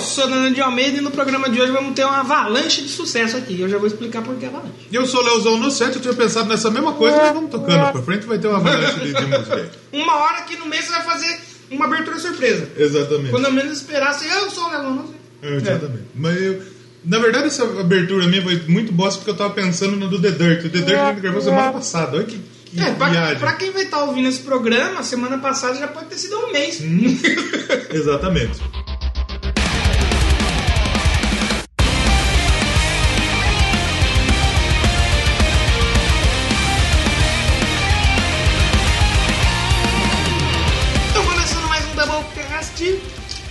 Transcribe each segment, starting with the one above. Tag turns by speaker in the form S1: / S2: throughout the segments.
S1: sou Nando de Almeida e no programa de hoje vamos ter uma avalanche de sucesso aqui. Eu já vou explicar por que avalanche.
S2: E eu sou Leozão Inocente, eu tinha pensado nessa mesma coisa, mas vamos tocando pra frente, vai ter uma avalanche de, de música aí.
S1: Uma hora que no mês você vai fazer uma abertura surpresa.
S2: Exatamente.
S1: Quando eu menos esperasse, eu sou o Leozão Inocente.
S2: É, exatamente. Mas eu, na verdade, essa abertura minha foi muito bosta porque eu tava pensando no do The Dirt. O The Dirt a gente gravou semana passada. Olha que, que
S1: É, pra,
S2: viagem.
S1: pra quem vai estar ouvindo esse programa, semana passada já pode ter sido um mês.
S2: Exatamente.
S1: Então começando mais um Doublecast,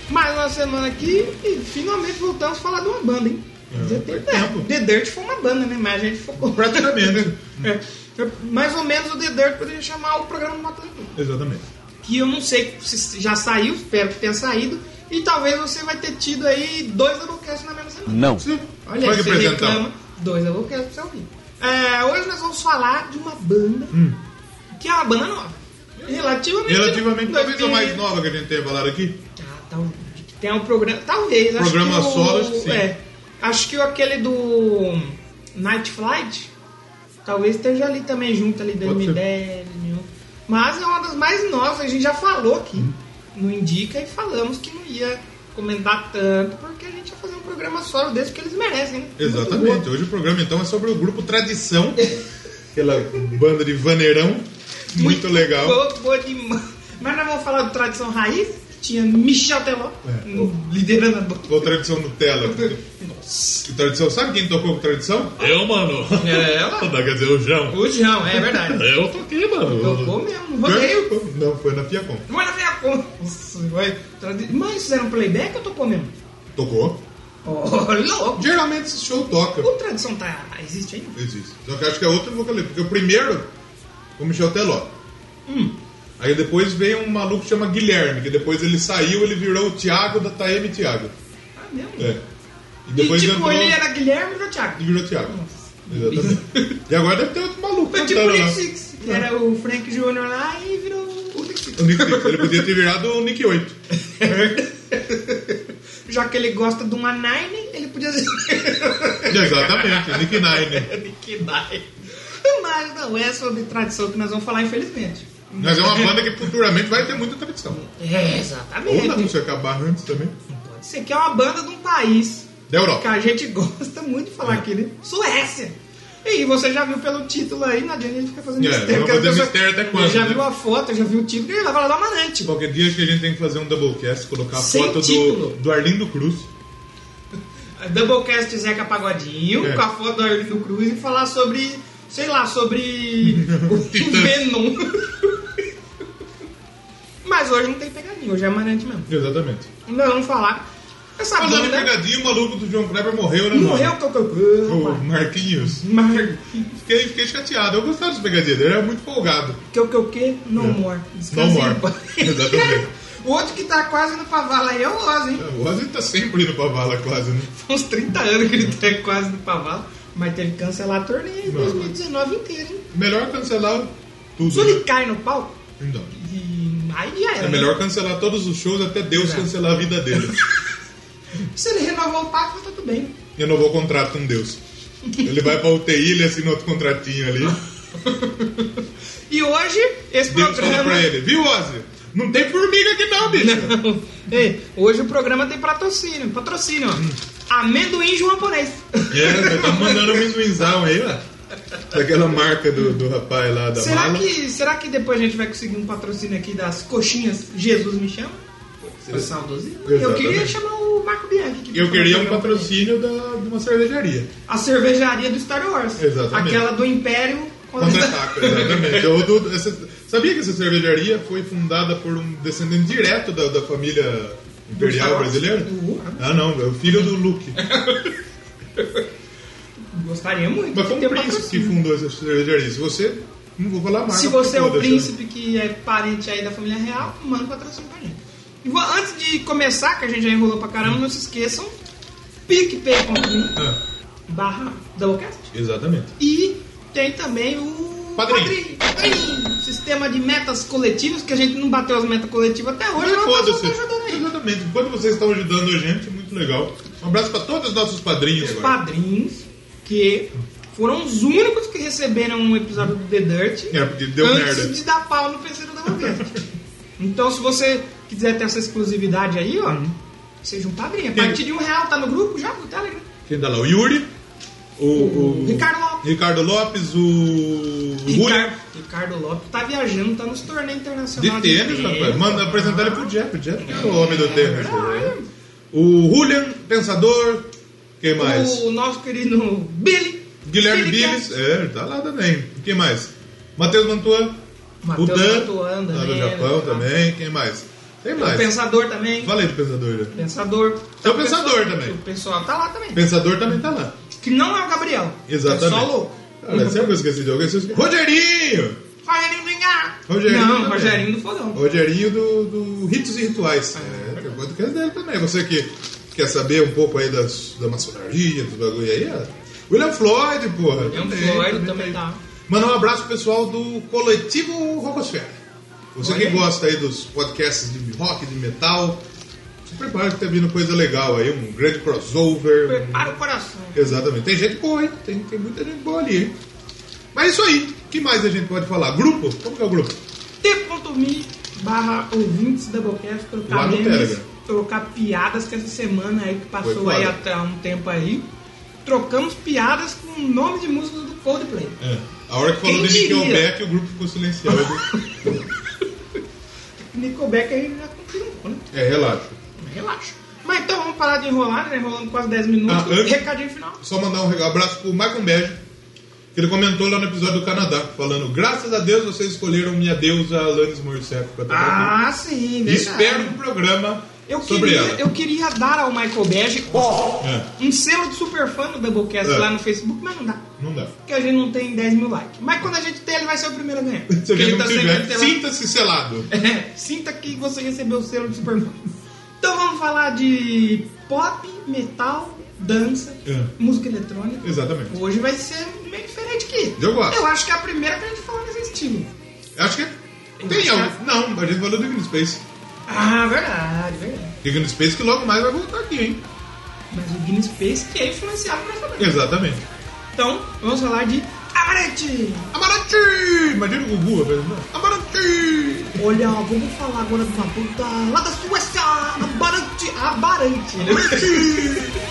S1: mais uma semana aqui e finalmente voltamos a falar de uma banda, hein?
S2: É,
S1: Já tem
S2: faz tempo.
S1: The Dirt foi uma banda, né? Mas a gente focou.
S2: Praticamente.
S1: É, é, mais ou menos o The Dirt poderia chamar o programa Matando Tudo.
S2: Exatamente.
S1: Que eu não sei se já saiu, espero que tenha saído. E talvez você vai ter tido aí dois Doublecasts na mesma semana.
S3: Não.
S2: Sim.
S1: Olha aí,
S2: Pode
S1: você
S2: apresentar.
S1: reclama, dois Doublecasts pra você ouvir. É, hoje nós vamos falar de uma banda
S2: Hum.
S1: que é uma banda nova. Relativamente.
S2: Relativamente, talvez a mais
S1: 2000
S2: nova que a gente tenha falado aqui.
S1: ah, tal- tem um programa. Talvez, acho
S2: Programa
S1: que. o-
S2: solo, acho que sim.
S1: É, acho que o- aquele do Night Flight. Talvez esteja ali também junto ali, 2010, 2011. Mas é uma das mais novas, a gente já falou aqui
S2: Hum.
S1: no Indica e falamos que não ia comentar tanto, porque a gente ia fazer um programa solo desse que eles merecem, né?
S2: Exatamente. Hoje o programa então é sobre o grupo Tradição. Aquela banda de vaneirão. Muito legal.
S1: Boa, boa demais. Mas nós vamos falar do Tradição Raiz, que tinha Michel Teló
S2: É.
S1: hum, liderando a banda.
S2: Ou tradição Nutella. Nossa. Tradição, sabe quem tocou com tradição?
S4: Eu, mano.
S1: Ela,
S4: Quer dizer, o João.
S1: O João, é verdade.
S4: Eu toquei, mano.
S1: Tocou mesmo, rodeio.
S2: Não, foi na Fiacom.
S1: Vai na minha conta. Nossa, vai. Tradi- Mas fizeram playback ou tocou mesmo?
S2: Tocou.
S1: Ó, louco.
S2: Geralmente esse show toca.
S1: O tradição tá. Existe ainda?
S2: Existe. Só que acho que é outro vocalista. Porque o primeiro, o Michel Teló. Aí depois veio um maluco que chama Guilherme, que depois ele saiu, ele virou o Thiago da Taeme Thiago.
S1: Ah, mesmo?
S2: É. E depois
S1: e tipo,
S2: entrou
S1: ele era Guilherme do Thiago.
S2: e virou Thiago. Exatamente. e agora deve ter outro maluco
S1: Foi tipo o
S2: cantando
S1: Nick
S2: lá.
S1: Six, que era o Frank Jr. lá e virou o Nick Six.
S2: O Nick Six. Ele podia ter virado o Nick 8.
S1: Já que ele gosta de uma Nine, ele podia ser.
S2: Exatamente, o Nick 9.
S1: que Nine. Mas não é sobre tradição que nós vamos falar, infelizmente.
S2: Mas é uma banda que futuramente vai ter muita tradição.
S1: É,
S2: Ou
S1: exatamente.
S2: não, se acabar antes também.
S1: Isso aqui é uma banda de um país
S2: Da
S1: que
S2: Europa.
S1: a gente gosta muito de
S2: É.
S1: falar aqui, né? Suécia! E você já viu pelo título aí, não adianta a gente ficar fazendo
S2: É,
S1: mistério.
S2: vamos
S1: porque as
S2: fazer
S1: pessoas-
S2: mistério até quando,
S1: Já
S2: né?
S1: viu a foto, já viu o título, e vai falar da Amanante.
S2: Qualquer dia acho que a gente tem que fazer um doublecast, colocar a
S1: Sem
S2: foto
S1: título.
S2: do, do Arlindo Cruz.
S1: Doublecast Zeca Pagodinho,
S2: É.
S1: com a foto do Arlindo Cruz, e falar sobre, sei lá, sobre o Venom. Mas hoje não tem pegadinha, hoje é Amanante mesmo.
S2: Exatamente.
S1: Nós vamos falar. Essa
S2: Falando em
S1: banda
S2: pegadinha, o maluco do João Kleber morreu, né?
S1: morreu
S2: é mano? O
S1: Cococô,
S2: Marquinhos.
S1: rapaz.
S2: Fiquei, fiquei chateado. Eu gostava das pegadinhas dele, era muito folgado.
S1: Que é o que o que? No more. Descansa
S2: É. No more.
S1: em paz.
S2: Exatamente.
S1: o outro que tá quase no Pavala aí é o Oz, hein?
S2: O Ozzy tá sempre indo pra vala quase, né?
S1: Foi uns 30 anos que ele tá quase no Pavala, mas teve que cancelar a turnê em 2019 inteiro, hein?
S2: Melhor cancelar
S1: Se
S2: tudo.
S1: ele
S2: Né?
S1: cai no palco,
S2: Então,
S1: e aí já era. né?
S2: é melhor cancelar todos os shows até Deus
S1: É.
S2: cancelar a vida dele.
S1: Se ele renovar o pacto, tá tudo bem.
S2: Renovou o contrato com Deus. Ele vai pra UTI, ele assina outro contratinho ali.
S1: E hoje, esse
S2: Deus fala
S1: programa.
S2: pra ele, viu, Ozzy? Não tem formiga aqui não, bicho.
S1: Ei, hoje o programa tem patrocínio. Patrocínio,
S2: Hum.
S1: ó. Amendoim japonês.
S2: É, você tá mandando um minduinzão aí, ó. Daquela marca do, do rapaz lá da
S1: Será
S2: mala.
S1: que, será que depois a gente vai conseguir um patrocínio aqui das coxinhas Jesus me chama? O saudosismo. Eu
S2: Exatamente.
S1: queria chamar o Marco Bianchi. que
S2: Eu
S1: tá
S2: queria
S1: no
S2: um
S1: programa
S2: patrocínio da, de uma cervejaria.
S1: também. A cervejaria do Star Wars.
S2: Exatamente.
S1: Aquela do Império.
S2: Contra-ataque, exatamente. Ou do- essa- sabia que essa cervejaria foi fundada por um descendente direto da, da família imperial brasileira?
S1: Do-
S2: Ah, não, é o filho do Luke.
S1: Gostaria muito.
S2: Mas
S1: de
S2: foi
S1: ter
S2: um
S1: um
S2: príncipe que
S1: patrocínio.
S2: fundou essa cervejaria. Se você. Não vou falar mais.
S1: Se você é o príncipe que é parente aí da família real, manda um patrocínio pra gente. E vou- Antes de começar, que a gente já enrolou pra caramba, não se esqueçam. picpay.me barra Doublecast.
S2: Ah, exatamente.
S1: E tem também o
S2: Padrim.
S1: Padrim. Padrim. Sistema de metas coletivas, que a gente não bateu as metas coletivas até hoje, mas o pessoal
S2: Foda-se.
S1: tá ajudando aí.
S2: Exatamente. Enquanto vocês estão ajudando a gente, muito Legal. Um abraço pra todos os nossos padrinhos.
S1: Os
S2: agora.
S1: padrinhos, que foram os únicos que receberam um episódio do The Dirt
S2: É, porque deu
S1: antes
S2: merda.
S1: de dar pau no PC do Doublecast. então, se você quiser ter essa exclusividade aí, ó,
S2: Uhum.
S1: seja um padrinho. A partir de um real, tá no grupo já, no Telegram.
S2: Quem dá lá? O Yuri. O, o-
S1: Ricardo Lopes.
S2: Ricardo Lopes, o. Ricardo.
S1: Ricardo, Ricardo Lopes tá viajando, tá nos torneios
S2: De
S1: internacionais.
S2: tênis, rapaz. Manda apresentar ele pro Jeff. O Jeff que é o homem do tênis. né? O Julian, pensador. Quem mais?
S1: O nosso querido Billy.
S2: Guilherme
S1: Billy
S2: Billis. É, tá lá também. Quem mais? Matheus Mantua.
S1: Matheus
S2: o Dan.
S1: Mantuan,
S2: lá do
S1: Danilo,
S2: Japão
S1: tá.
S2: também. Quem mais? Tem
S1: Cast.
S2: mais.
S1: O Pensador também.
S2: Falei do pensador. né?
S1: Pensador.
S2: Tem o
S1: Então, pessoal-
S2: Pensador também.
S1: O pessoal tá lá também.
S2: Pensador também tá lá.
S1: Que não é o Gabriel.
S2: Exatamente.
S1: É só o louco.
S2: Cara, sempre que eu esqueci de alguém, eu esqueci. Rogerinho!
S1: Rogerinho do Engar.
S2: Rogerinho
S1: Não,
S2: também.
S1: Rogerinho do Fogão.
S2: Rogerinho do, do Ritos e Rituais. É, tem o podcast dele também. Você que quer saber um pouco aí das, da maçonaria, dos bagulho aí, ó. William Floyd, porra.
S1: William
S2: também,
S1: É um Floyd também tá.
S2: Mandar um abraço pro pessoal do coletivo Rockosfera. Você
S1: Olha
S2: que
S1: aí.
S2: gosta aí dos podcasts de rock, de metal, se prepara que tá vindo coisa legal aí, um grande crossover. um-
S1: Prepara o coração.
S2: Exatamente. Tem gente boa, hein? Tem, tem muita gente boa ali, hein? Mas é isso aí. O que mais a gente pode falar? Grupo? Como que é o grupo?
S1: T.me barra ouvintes Doublecast
S2: Lá
S1: trocar
S2: no
S1: memes,
S2: Telegram.
S1: trocar piadas que essa semana aí que passou
S2: Foi
S1: aí
S2: foda.
S1: até um tempo aí. Trocamos piadas com o nome de músicas do Coldplay.
S2: É. A hora que falou
S1: Quem
S2: de Nickelback,
S1: diria?
S2: o grupo ficou silenciado.
S1: Nickelback aí já continuou, né?
S2: é, relaxa.
S1: Relaxa. Mas então vamos parar de enrolar, né? Enrolando quase 10 minutos.
S2: Ah, antes-
S1: Recadinho final.
S2: Só mandar um rega- abraço pro Michael Bege, que ele comentou lá no episódio do Canadá, falando: Graças a Deus vocês escolheram minha deusa Alanis Morissette pra tocar
S1: Ah, sim,
S2: aqui.
S1: verdade.
S2: Espero um programa
S1: eu
S2: sobre
S1: queria,
S2: ela.
S1: eu queria dar ao Michael Bege ó,
S2: É,
S1: um selo de super fã do Doublecast
S2: É.
S1: lá no Facebook, mas não dá.
S2: não dá.
S1: Porque a gente não tem 10 mil likes. Mas quando a gente tem, ele vai ser o primeiro a ganhar.
S2: Se
S1: Porque
S2: alguém
S1: ele
S2: não
S1: tá sempre
S2: tiver,
S1: telado.
S2: sinta-se selado.
S1: É, sinta que você recebeu o selo de Superman. Então vamos falar de pop, metal, dança,
S2: É.
S1: música eletrônica.
S2: Exatamente.
S1: Hoje vai ser meio diferente aqui.
S2: Eu gosto.
S1: Eu acho que é a primeira que a gente falar nesse estilo.
S2: Acho que tem algo. Não, a gente falou do Green Space.
S1: Ah, verdade, verdade.
S2: Gigante Space que logo mais vai voltar aqui, hein?
S1: Mas o Guinness Space que é influenciado por essa banda.
S2: Exatamente.
S1: Então, vamos falar de Amarete.
S2: Amarante! Imagina o Gugu, né? rapaz. não. Amarante!
S1: Olha, vamos falar agora de uma puta lá da Suécia, Abarante, Abarante, né?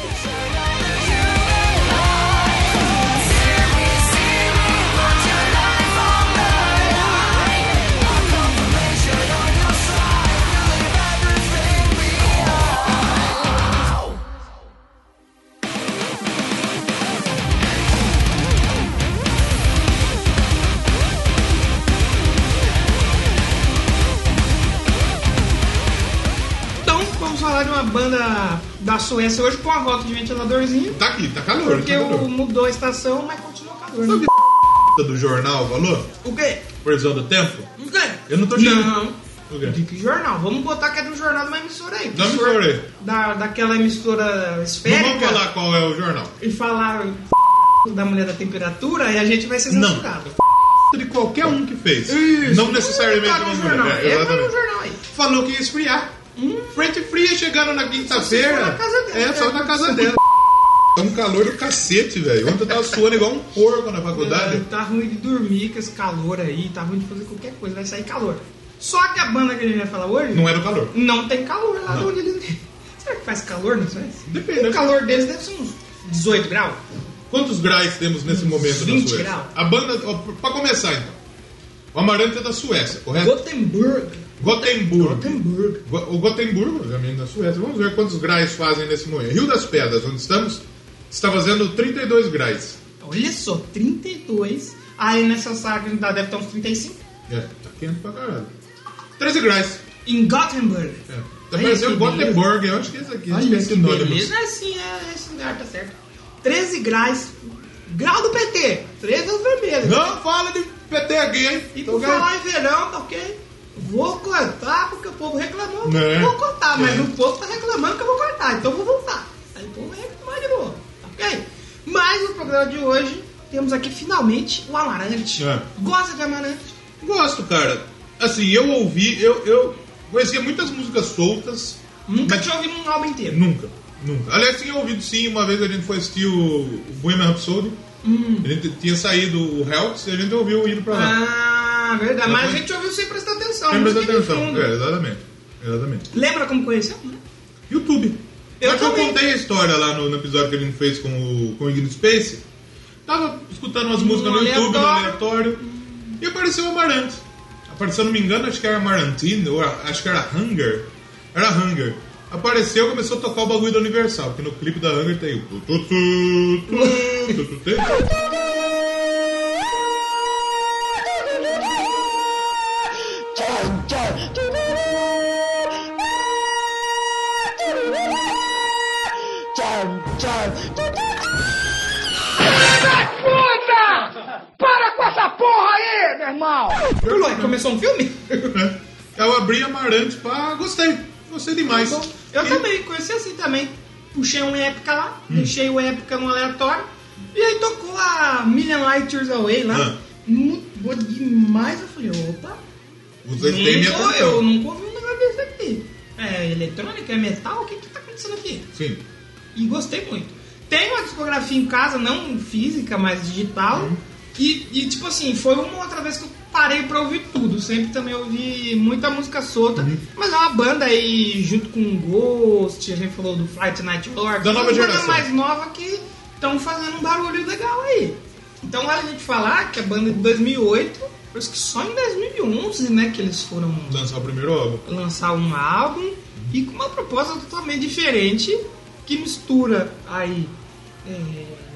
S1: Então, vamos falar de uma banda da Suécia hoje com a rota de ventiladorzinho,
S2: Tá aqui, tá calor.
S1: porque
S2: tá
S1: o-
S2: calor.
S1: mudou a estação, mas continua calor. Né?
S2: do jornal falou?
S1: O quê?
S2: Previsão do tempo?
S1: O quê?
S2: Eu não tô achando.
S1: Não.
S2: O quê?
S1: De que jornal? Vamos botar que é do jornal de uma emissora aí.
S2: Da emissora aí.
S1: Da, daquela emissora
S2: Não
S1: esférica.
S2: vamos falar qual é o jornal.
S1: E falar da mulher da temperatura e a gente vai ser
S2: Não.
S1: censurado.
S2: De qualquer um que fez.
S1: Isso.
S2: Não necessariamente
S1: Tá no
S2: uma
S1: jornal.
S2: mulher.
S1: É,
S2: É,
S1: mas no
S2: exatamente.
S1: jornal aí.
S2: Falou que ia esfriar. Frente fria chegando na
S1: Só se for
S2: quinta-feira.
S1: na casa dela,
S2: É,
S1: né?
S2: só na casa dela. Tá um calor do cacete, velho. Ontem eu tava suando igual um porco na faculdade.
S1: Tá ruim de dormir com esse calor aí, tá ruim de fazer qualquer coisa, vai sair calor. Só que a banda que a gente vai falar hoje
S2: Não era o calor.
S1: não tem calor lá onde eles. Será que faz calor na Suécia?
S2: Depende, né?
S1: O calor deles deve ser uns 18 graus.
S2: Quantos graus temos nesse momento na
S1: 20
S2: Suécia?
S1: graus.
S2: A banda, ó, pra começar então. O Amarante é da Suécia, correto?
S1: Gothenburg.
S2: Gotemburgo.
S1: Gothenburg.
S2: Go- O Gotemburgo, obviamente, é da Suécia. Vamos ver quantos graus fazem nesse momento. Rio das Pedras, onde estamos, está fazendo 32 graus.
S1: Olha só, 32. Aí nessa saga ainda deve ter uns 35.
S2: É, tá quente pra caralho. 13 graus.
S1: Em Gothenburg.
S2: É. Tá
S1: Olha
S2: parecendo
S1: que beleza.
S2: Gotemburgo, eu acho que é isso aqui. acho que
S1: Olha
S2: é
S1: que
S2: sinônimo.
S1: beleza. É assim, é esse lugar, tá certo. 13 graus. Grau do PT. 13 é o vermelho.
S2: Não fala de PT aqui, hein?
S1: E
S2: Tô
S1: por falar em verão, tá ok? Vou cortar porque o povo reclamou.
S2: Né?
S1: Vou cortar, mas
S2: É.
S1: o povo tá reclamando que eu vou cortar, então eu vou voltar. Aí o povo vai reclamar de novo, tá ok? Mas no programa de hoje, temos aqui finalmente o Amarante.
S2: É.
S1: Gosta de Amarante?
S2: Gosto, cara. Assim, eu ouvi, eu, eu conhecia muitas músicas soltas.
S1: Nunca
S2: mas
S1: tinha ouvido um álbum inteiro.
S2: Nunca. Nunca. Aliás, tinha ouvido sim, uma vez a gente foi assistir o, o Bohemian Rhapsody.
S1: Hum.
S2: A gente tinha saído o Helps e a gente ouviu o hino pra lá.
S1: Ah, verdade. Mas a
S2: Uhum.
S1: gente ouviu sem prestar atenção. a
S2: Lembra da
S1: Ah, música de
S2: atenção.
S1: fundo.
S2: É, exatamente. Exatamente.
S1: Lembra como conheceu? né?
S2: YouTube.
S1: Eu
S2: Só que eu
S1: também.
S2: contei a história lá no, no episódio que a gente fez com o, com o Ignis Space. Tava escutando umas músicas no YouTube, no aleatório, e apareceu o Amarante. Apareceu, se eu não me engano, acho que era Amarantino, ou a- acho que era Hunger. Era Hunger. Apareceu e começou a tocar o bagulho da Universal, que no clipe da Hunger tem o. tu, tu, tu, tu, tu, tu, tu.
S1: Pulou, aí começou um filme?
S2: É. Eu abri Amarante pá, gostei. Gostei demais.
S1: Eu
S2: E-
S1: também, conheci assim também. Puxei um época lá,
S2: Hum.
S1: deixei o época no aleatório. E aí tocou a Million Light Years Away lá.
S2: Ah.
S1: Muito boa demais. Eu falei, opa,
S2: Vocês têm minha
S1: nunca- eu
S2: atenção.
S1: nunca ouvi um negócio desse aqui. É eletrônica, é metal, o que que tá acontecendo aqui?
S2: Sim.
S1: E gostei muito. Tem uma discografia em casa, não física, mas digital.
S2: Uhum.
S1: E, e, tipo assim, foi uma outra vez que eu parei pra ouvir tudo. Sempre também ouvi muita música solta.
S2: Uhum.
S1: Mas é uma banda aí, junto com Ghost, a gente falou do Flight Night Lord.
S2: Da nova
S1: uma
S2: geração.
S1: banda mais nova que estão fazendo um barulho legal aí. Então vale a gente falar que a banda é de 2008, acho que só em 2011, né, que eles foram
S2: Lançar o primeiro álbum.
S1: lançar um álbum e com uma proposta totalmente diferente que mistura aí é,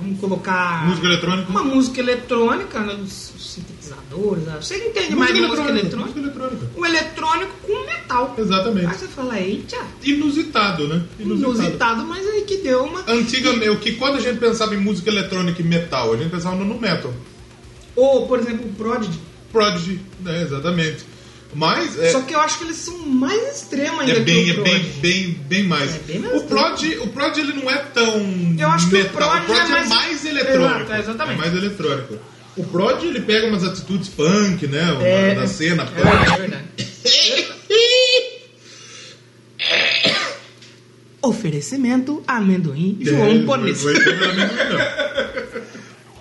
S1: vamos colocar
S2: Música eletrônica.
S1: uma música eletrônica né, os os sintetizadores né? você que entende mais de música eletrônica
S2: Música eletrônica.
S1: o eletrônico com metal aí
S2: Exatamente.
S1: você fala eita
S2: Inusitado, né?
S1: inusitado. mas aí que deu uma
S2: Antigamente, o que quando a gente pensava em música eletrônica e metal, a gente pensava no nu metal.
S1: ou por exemplo o Prodigy
S2: Prodigy, né? Exatamente. Mas é,
S1: só que eu acho que eles são mais extremos ainda
S2: é bem,
S1: que
S2: é
S1: o
S2: bem,
S1: Prodigy
S2: bem, bem mais.
S1: É bem mais
S2: o Prodigy, o Prodigy ele não é tão
S1: Eu acho que o
S2: metal.
S1: Prodigy é mais-
S2: eletrônico.
S1: Exato, exatamente.
S2: É mais eletrônico. O Prodigy ele pega umas atitudes punk, né? Uma-
S1: É.
S2: da cena
S1: É
S2: punk.
S1: verdade, é verdade. Oferecimento amendoim João Bonetti.
S2: É, Foi- foi exatamente isso mesmo.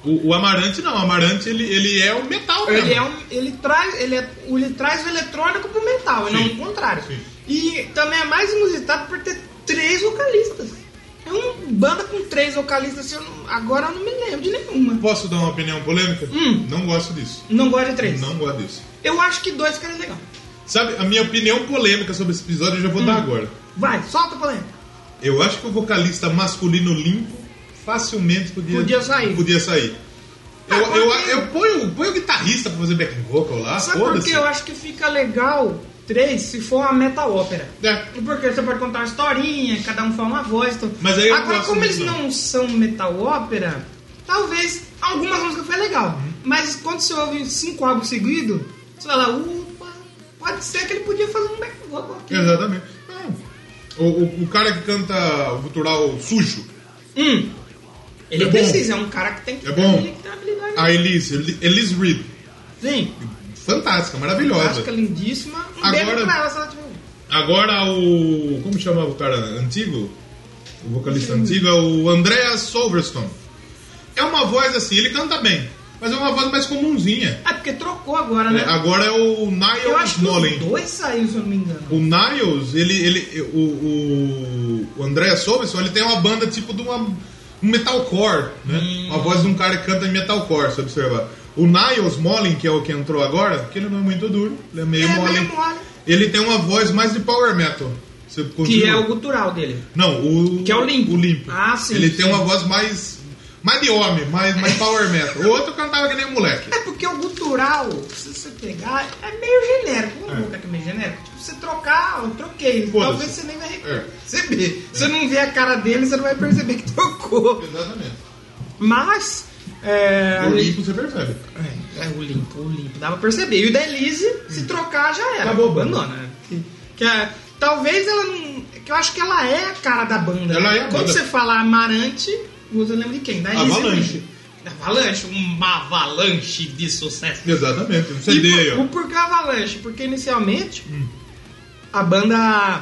S2: O, o Amarante não, o Amarante ele, ele é o metal mesmo.
S1: Ele, é um, ele, traz, ele, é- ele traz o eletrônico pro metal, e não o contrário.
S2: Sim.
S1: E também é mais inusitado por ter três vocalistas. É uma banda com três vocalistas, assim, eu não- agora eu não me lembro de nenhuma.
S2: Posso dar uma opinião polêmica?
S1: Hum. É
S2: Não gosto disso.
S1: Não gosto de três.
S2: Não gosto disso.
S1: Eu acho que dois ficaria legal.
S2: Sabe, a minha opinião polêmica sobre esse episódio eu já vou
S1: Hum.
S2: dar agora.
S1: Vai, solta a polêmica.
S2: Eu acho que o vocalista masculino limpo facilmente podia,
S1: Podia sair.
S2: Podia sair. Eu,
S1: Ah, por
S2: eu,
S1: quê?
S2: eu, ponho, ponho o guitarrista pra fazer backing vocal lá,
S1: Sabe por
S2: Ah, foda-se.
S1: que eu acho que fica legal três se for uma metal ópera?
S2: É.
S1: Porque você pode contar uma historinha, cada um fala uma voz. Então...
S2: Mas aí eu
S1: Agora,
S2: gosto
S1: como
S2: disso,
S1: eles
S2: não.
S1: não são metal ópera, talvez algumas músicas foi legal.
S2: Uhum.
S1: Mas quando você ouve cinco álbuns seguidos, você fala, upa, pode ser que ele podia fazer um back vocal aqui.
S2: Exatamente. Não. O, o, o cara que canta o gutural sujo,
S1: Hum. Ele
S2: É bom.
S1: precisa, é um cara que tem que
S2: É
S1: ter
S2: bom. Ah,
S1: ele que tem habilidade.
S2: a Elise, Eli- Elise Reed,
S1: Sim.
S2: fantástica, maravilhosa.
S1: Fantástica, lindíssima. Um
S2: Agora-
S1: beijo pra ela se ela tiver. ouvindo.
S2: Agora o. Como chamava o cara antigo? O vocalista antigo é o Andreas Silverstone. É uma voz assim, ele canta bem, mas é uma voz mais comunzinha.
S1: Ah, porque trocou agora,
S2: É,
S1: né?
S2: Agora é o
S1: Eu acho
S2: Niles
S1: que os
S2: Nolan.
S1: dois saíram, se eu não me engano.
S2: O Niles, ele. ele o, o, o Andreas Silverstone, ele tem uma banda tipo de uma, um metalcore, né?
S1: Hum.
S2: Uma voz de um cara que canta em metalcore, se observar. O Niles Molin, que é o que entrou agora, que ele não é muito duro, ele é meio
S1: Ele é
S2: mole.
S1: meio mole.
S2: Ele tem uma voz mais de power metal. Você
S1: Que
S2: continua?
S1: é o gutural dele.
S2: Não, o.
S1: Que é o limpo.
S2: O limpo.
S1: Ah, sim,
S2: Ele tem
S1: sim.
S2: uma voz mais. Mais de homem, mais, mais power metal. O outro cantava que nem moleque.
S1: É porque o gutural, se você pegar, é meio genérico. Vamos colocar que é meio genérico. Tipo, você trocar, eu troquei.
S2: Foda-se.
S1: Talvez você nem vai
S2: É.
S1: perceber. Você não vê a cara dele, você não vai perceber que trocou.
S2: Exatamente.
S1: Mas. É,
S2: O limpo você percebe.
S1: é, é, o limpo, o limpo. Dá pra perceber. E o da Elise, se trocar, já era.
S2: Hum. Acabou a banda.
S1: Abandona. né? Que, que é- talvez ela não. Que eu acho que ela é a cara da banda.
S2: Ela
S1: né?
S2: é a
S1: Quando
S2: banda.
S1: você fala Amarante, você lembra de quem? Da Elise.
S2: Avalanche.
S1: Reed. Avalanche, uma avalanche de sucesso.
S2: Exatamente. Um
S1: E
S2: CD aí,
S1: por,
S2: ó.
S1: o porquê Avalanche? Porque inicialmente a banda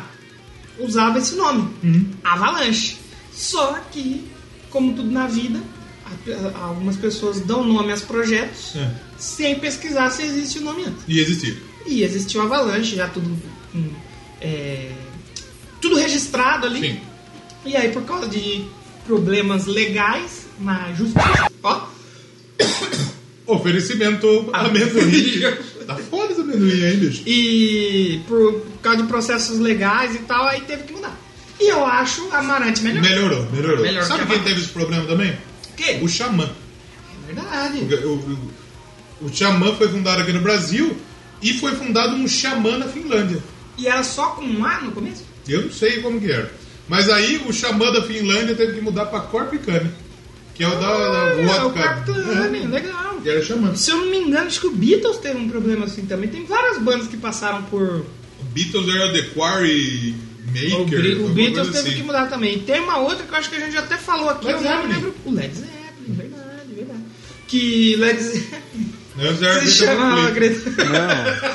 S1: usava esse nome, Avalanche. Só que, como tudo na vida, a- a- algumas pessoas dão nome aos projetos
S2: É.
S1: sem pesquisar se existe o nome antes.
S2: E existia.
S1: E existiu a Avalanche, já tudo. hum, é, tudo registrado ali.
S2: Sim.
S1: E aí, por causa de problemas legais na justiça, ó,
S2: Oferecimento amendoim. tá foda esse amendoim aí, bicho.
S1: e por causa de processos legais e tal, aí teve que mudar. E eu acho a Amarante melhor.
S2: Melhorou, melhorou.
S1: Melhor
S2: Sabe
S1: que
S2: quem
S1: a-
S2: teve esse problema também?
S1: Quem?
S2: O Xamã.
S1: É verdade.
S2: O, o, o Xamã foi fundado aqui no Brasil e foi fundado um Xamã na Finlândia.
S1: E era só com um A no começo?
S2: Eu não sei como que era. Mas aí o Xamã da Finlândia teve que mudar pra Corpicane, que é o da, da
S1: Olha, Ah, o
S2: vodka.
S1: Capitane, legal.
S2: E era Xamã.
S1: Se eu não me engano, acho que o Beatles teve um problema assim também. Tem várias bandas que passaram por.
S2: O Beatles era The Quarry Maker.
S1: o, Gri- o
S2: alguma
S1: Beatles
S2: coisa
S1: teve
S2: assim.
S1: que mudar também. E tem uma outra que eu acho que a gente até falou aqui.
S2: Led
S1: eu não
S2: Zeppelin.
S1: lembro. O Led Zeppelin, verdade, verdade. Que Led Zeppelin
S2: Antes era
S1: se
S2: Greta
S1: chamava
S2: Van Fleet.
S1: Greta.
S3: Não,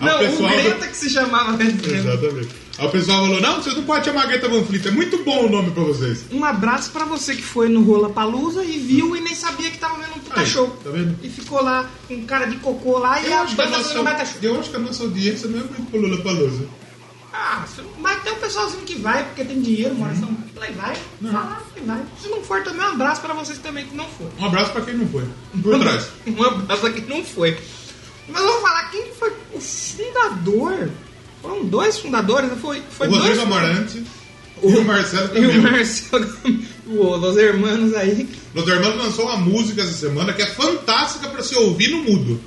S2: Ah,
S1: Não,
S2: pessoal-
S1: o Greta que se chamava Led Zeppelin.
S2: Exatamente. Aí o pessoal falou: não, vocês não podem chamar Greta Van Fleet, é muito bom o nome pra vocês.
S1: Um abraço pra você que foi no Rola Palusa e viu e nem sabia que tava vendo um puta
S2: Aí,
S1: show.
S2: tá vendo?
S1: E ficou lá com cara de cocô lá e
S2: Eu
S1: a
S2: acho, que a
S1: banda foi no Bata
S2: nossa,
S1: Show.
S2: eu acho que a nossa audiência não é muito pro Lula Palusa.
S1: Ah, se-
S2: né?
S1: mas tem um pessoalzinho que vai, porque tem dinheiro, mora em São Paulo, e vai. Fala, e vai. Se não for também, um abraço pra vocês também que não foram.
S2: Um abraço pra quem não foi. Por trás.
S1: Um abraço a quem não foi. Mas vamos falar quem foi o fundador. Foram dois fundadores, não foi?
S2: O
S1: Foi dois.
S2: Rodrigo Amarante e o Marcelo
S1: E o
S2: também.
S1: Marcelo. O Los Hermanos aí.
S2: Los Hermanos lançou uma música essa semana que é fantástica pra se ouvir no mudo.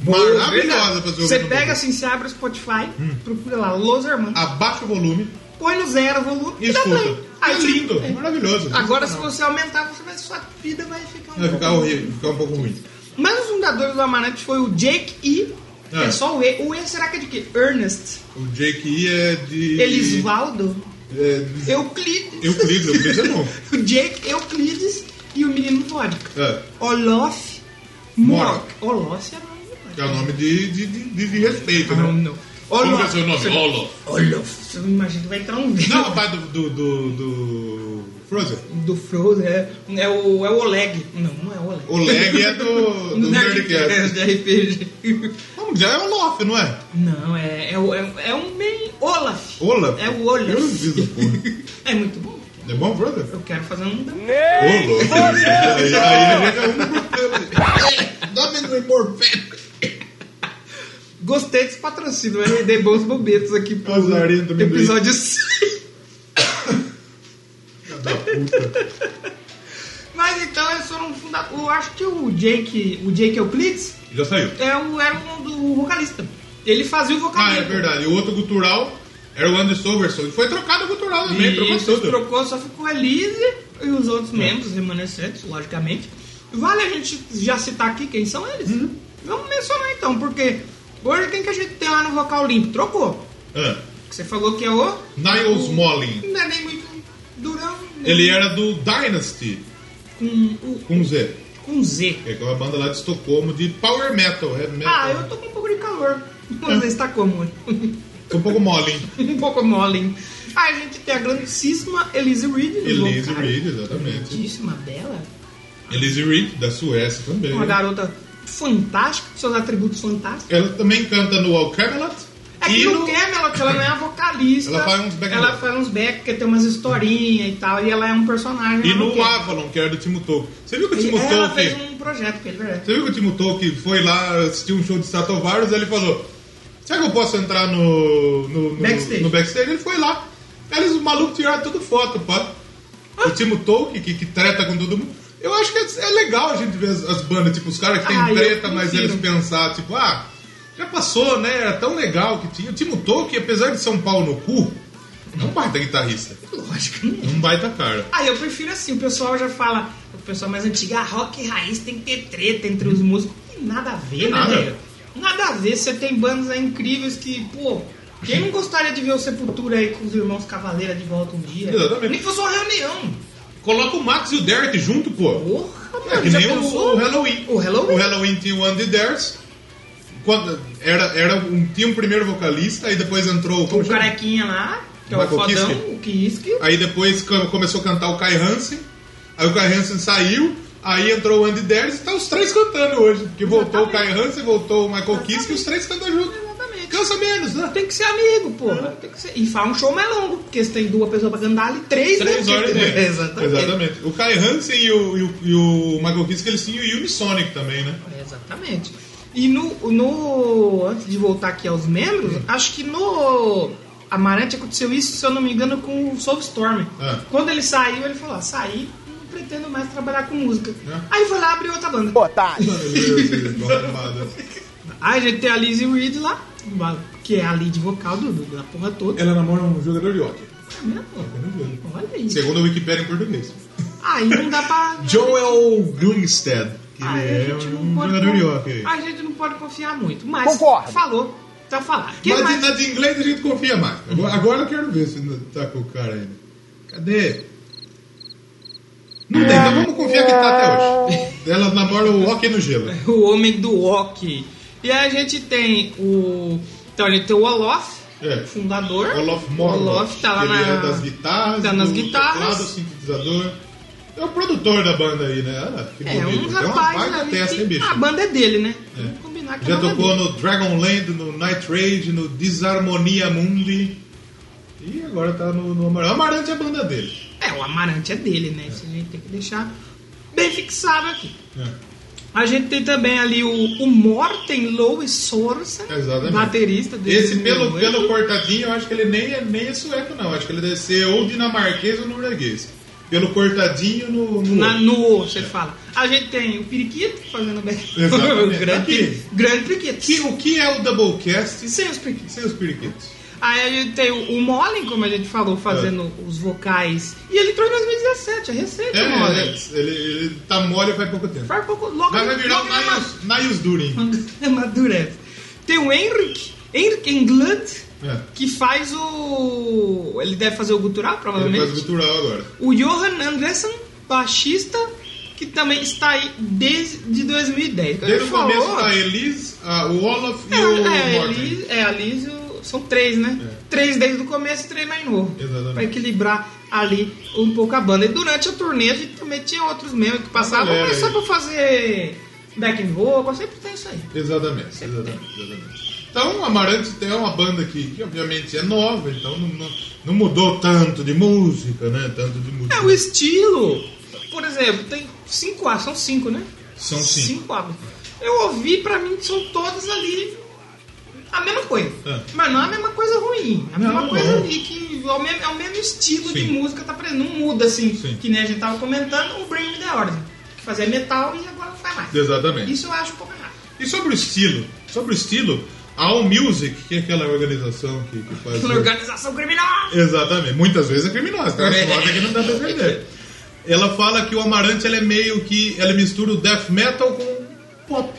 S1: Verdade.
S2: Maravilhosa pra Hum. se ouvir
S1: Você
S2: no
S1: pega
S2: mudo.
S1: assim, você abre o Spotify, procura lá, Los Hermanos.
S2: Abaixa o volume
S1: Põe no zero o volume
S2: e
S1: e dá play.
S2: Ah. escuta. É
S1: você-
S2: lindo,
S1: é.
S2: maravilhoso.
S1: Agora, se você aumentar, você vai, sua vida vai ficar um
S2: Vai ficar
S1: pouco-
S2: horrível, ficar um pouco ruim.
S1: Mas os fundadores do Amarante foi o Jake E. que É.
S2: É.
S1: só o E. O E será que é de quê? Ernest.
S2: O Jake E é de.
S1: Elisvaldo.
S2: É,
S1: Euclides.
S2: Euclides, Euclides é novo.
S1: O Jake, Euclides e o menino Vodka.
S2: É,
S1: Olof
S2: Mork.
S1: Mork. Olof é nome.
S2: que é o nome de, de, de, de- de respeito,
S1: Não,
S2: né?
S1: não.
S2: Como que é o seu nome?
S1: Você-
S2: Olof.
S1: Olof. Você não imagina que vai entrar um
S2: Não, rapaz do, do, do, do Frozen.
S1: do Frozen. É, é, o, é o Oleg. Não, não é o Oleg. é,
S2: O Leg é do, do Nerdcast.
S1: de RPG.
S2: Não, já é o Lof, não é?
S1: Não, é, é, o- é, é um bem. Olaf.
S2: Olaf?
S1: É o Olaf.
S2: Eu não fiz o porra.
S1: É muito bom.
S2: É bom, brother?
S1: Eu quero fazer um. da-
S2: Ô, louco. Aí aí ele fica um Dá amendoim morfético.
S1: Gostei desse patrocínio. Eu arredei bons bobetos aqui pro
S2: Azarento também doí.
S1: episódio 6.
S2: Filha da puta.
S1: Mas então eles foram fundar. Eu acho que o Jake, o Jake Euclides
S2: Já saiu.
S1: é o, era um do vocalista. Ele fazia o
S2: Ah,
S1: vocalista.
S2: é verdade. E o outro gutural era o Andy Soverson. E foi trocado o gutural também, trocou
S1: E
S2: tudo.
S1: trocou, só ficou a Liz e os
S2: É.
S1: outros membros remanescentes, logicamente. Vale a gente já citar aqui quem são eles?
S2: Uhum.
S1: Vamos mencionar então, porque hoje quem que a gente tem lá no vocal limpo? Trocou.
S2: Ah,
S1: Que Você falou que é o.
S2: Niles Molin.
S1: Não é nem muito durão. nem
S2: Ele é- era do Dynasty,
S1: Com, o-
S2: com Z.
S1: com Z.
S2: Que é aquela banda lá de Estocolmo de power metal. É metal.
S1: Ah, eu tô com um pouco de calor. Você está como?
S2: Tô um pouco mole, hein?
S1: um pouco mole. hein? Aí a gente tem a grandíssima Elise Reed. no
S2: Elise
S1: vocal.
S2: Reed, exatamente.
S1: Grandíssima, bela.
S2: Elise Reed, da Suécia também.
S1: Uma garota fantástica, com seus atributos fantásticos.
S2: Ela também canta no All Camelot.
S1: É que
S2: e
S1: no Camelot ela não é a vocalista.
S2: Ela faz uns back-
S1: Ela faz uns back, porque tem umas historinhas e tal. E ela é um personagem.
S2: E
S1: ela
S2: no
S1: não quer.
S2: Avalon, que era do Timo Tolkien. Você viu que o
S1: E
S2: Timo
S1: Ela
S2: Tolkien.
S1: fez um projeto com ele, verdade.
S2: Você viu que o Timo Tolkien foi lá assistir um show de Stratovarius e ele falou: Será que eu posso entrar no. no, no
S1: Backstage.
S2: no backstage? Ele foi lá. Aí eles, os malucos tiraram tudo foto, pá.
S1: Ah.
S2: O Timo Tolkien, que, que treta com todo mundo. Eu acho que é, é legal a gente ver as, as bandas, tipo, os caras que tem
S1: Ah, eu
S2: treta, mas
S1: prefiro.
S2: eles pensar, tipo, ah, já passou, né? Era tão legal que tinha. O Timo Tolkien, apesar de ser um pau no cu, é um baita guitarrista.
S1: Lógico, não
S2: É um baita cara.
S1: Ah, eu prefiro assim, o pessoal já fala, o pessoal mais antigo, ah, rock raiz tem que ter treta entre os músicos. Tem nada a ver, né,
S2: Nada.
S1: velho? Nada a ver, você tem bandas aí incríveis que, pô, quem não gostaria de ver o Sepultura aí com os irmãos Cavaleira de volta um dia?
S2: Exatamente.
S1: Nem que fosse uma reunião.
S2: Coloca o Max e o Derek junto, pô.
S1: Porra, mano,
S2: É que
S1: já
S2: nem o,
S1: pensou?
S2: o Halloween.
S1: O Halloween.
S2: O Halloween tinha o Andy Ders. Quando, era, era um, tinha um primeiro vocalista e depois entrou. como
S1: O
S2: chama?
S1: carequinha lá. Que é o
S2: Michael
S1: fodão,
S2: Kiske.
S1: o Kiske.
S2: Aí depois come- começou a cantar o Kai Hansen. Aí o Kai Hansen saiu. Aí entrou o Andy Darius e tá os três cantando hoje. Porque voltou o Kai Hansen, voltou o Michael Kiske e os três cantam junto.
S1: Exatamente.
S2: Cansa menos, né?
S1: Tem que ser amigo, porra. Tem que ser- E faz um show mais longo, porque você tem duas pessoas pra cantar ali, três,
S2: Três
S1: né?
S2: horas e meia.
S1: Exatamente.
S2: Exatamente. O Kai Hansen e o, e o, e o Michael Kiske, eles tinham o Unisonic também, né?
S1: Exatamente. E no, no. Antes de voltar aqui aos membros, acho que no. Amarante aconteceu isso, se eu não me engano, com o Soulstorm.
S2: Ah.
S1: Quando ele saiu, ele falou: ah, saí, não pretendo mais trabalhar com música.
S2: Ah.
S1: Aí foi lá abrir outra banda.
S2: Meu Deus, esse arrombado.
S1: Aí a gente tem a Lizzie Reed lá, que é a lead vocal do, do- da porra toda.
S2: Ela namora um jogador de hockey.
S1: É mesmo? Olha isso.
S2: Segundo a Wikipedia em português.
S1: Aí não dá pra.
S2: Joel Glingstead, que
S1: Aí
S2: ele é um jogador de hockey.
S1: a gente não pode confiar muito. Mas
S3: Concordo.
S1: falou, tá falado. Quem
S2: Mas
S1: mais?
S2: na de inglês a gente confia mais. Agora, agora eu quero ver se ainda tá com o cara ainda. Cadê? Não tem, então vamos confiar que tá até hoje. Ela namora o hockey no gelo.
S1: O homem do hockey. E aí a gente tem o. Então a gente tem o Olof,
S2: É.
S1: fundador.
S2: Olaf
S1: O
S2: Morgoth.
S1: Olof tá lá
S2: ele
S1: na.
S2: é das guitarras,
S1: tá nas
S2: do
S1: guitarras.
S2: teclado, sintetizador. É o produtor da banda aí, né? Ah, que
S1: É, um
S2: bonito. Tem uma
S1: rapaz
S2: baita
S1: ali
S2: testa, hein,
S1: que...
S2: bicho?
S1: A banda é dele, né?
S2: É.
S1: Vamos combinar que a
S2: Já
S1: banda é
S2: tocou
S1: dele.
S2: no Dragonland, no Night Rage, no Disharmonia Mundi. E agora tá no, no Amarante. Amarante é a banda dele.
S1: É, o Amarante é dele, né? Isso a gente tem que deixar bem fixado aqui.
S2: É.
S1: A gente tem também ali o, o Morten Louis Sorensen,
S2: Exatamente.
S1: baterista desde
S2: Esse, pelo,
S1: 2008.
S2: pelo cortadinho, eu acho que ele nem é, nem é sueco, não. Eu acho que ele deve ser ou dinamarquês ou norueguês. Pelo cortadinho no. no-
S1: Na, no você fala. A gente tem o Periquito fazendo bem.
S2: Exatamente.
S1: o grande,
S2: Aqui.
S1: peri- grande Periquito.
S2: Que- o que é o Doublecast sem,
S1: Sem os periquitos.
S2: sem os periquitos?
S1: Aí a gente tem o, o Mollen, como a gente falou, fazendo os vocais. E ele entrou em 2017, é recente
S2: É,
S1: o Mollen.
S2: ele, ele tá mole faz pouco tempo.
S1: Faz pouco. Logo,
S2: Mas vai virar
S1: logo
S2: o
S1: na ma-
S2: Naios- Naios Durin.
S1: Madureza. Tem o Henrik, Henrik Englund,
S2: É.
S1: que faz o. Ele deve fazer o gutural,
S2: Ele
S1: provavelmente.
S2: faz o cultural agora.
S1: O Johan Andressen, baixista, que também está aí desde 2010. Como ele
S2: Desde o começo
S1: falou,
S2: tá a Elise, a- o Olaf e
S1: é,
S2: o
S1: é, a
S2: Morten. É.
S1: Liz- é, a Liz, e o- são três, né? Três desde o começo e três mais novo.
S2: Exatamente.
S1: Pra equilibrar ali um pouco a banda. E durante a turnê a gente também tinha outros membros que passavam,
S2: galera
S1: mas só
S2: aí.
S1: pra fazer back and vocal, sempre tem isso aí.
S2: Exatamente, exatamente, exatamente. Então, Amarante é uma banda que, que obviamente é nova, então não, não- não mudou tanto de música, né? Tanto de música.
S1: É, o estilo, por exemplo, tem cinco A, são cinco, né?
S2: São cinco.
S1: álbuns. Eu ouvi, pra mim, são todas ali a mesma coisa.
S2: É.
S1: Mas não é a mesma coisa ruim. É a
S2: Não,
S1: mesma
S2: não.
S1: coisa ali que é o mesmo, é o mesmo estilo de
S2: Sim.
S1: música, tá presente. Não muda assim.
S2: Sim.
S1: Que nem a gente tava comentando, um o Bring Me The Order. Que fazia metal e agora não faz mais.
S2: Exatamente.
S1: Isso eu acho um pouco errado.
S2: E sobre o estilo, sobre o estilo, a All Music, que é aquela organização que, que faz.
S1: Pela organização criminosa.
S2: Exatamente. Muitas vezes é criminosa. Tem umas fotos que não dá pra entender. Ela fala que o Amarante ela é meio que. Ela mistura o death metal com pop.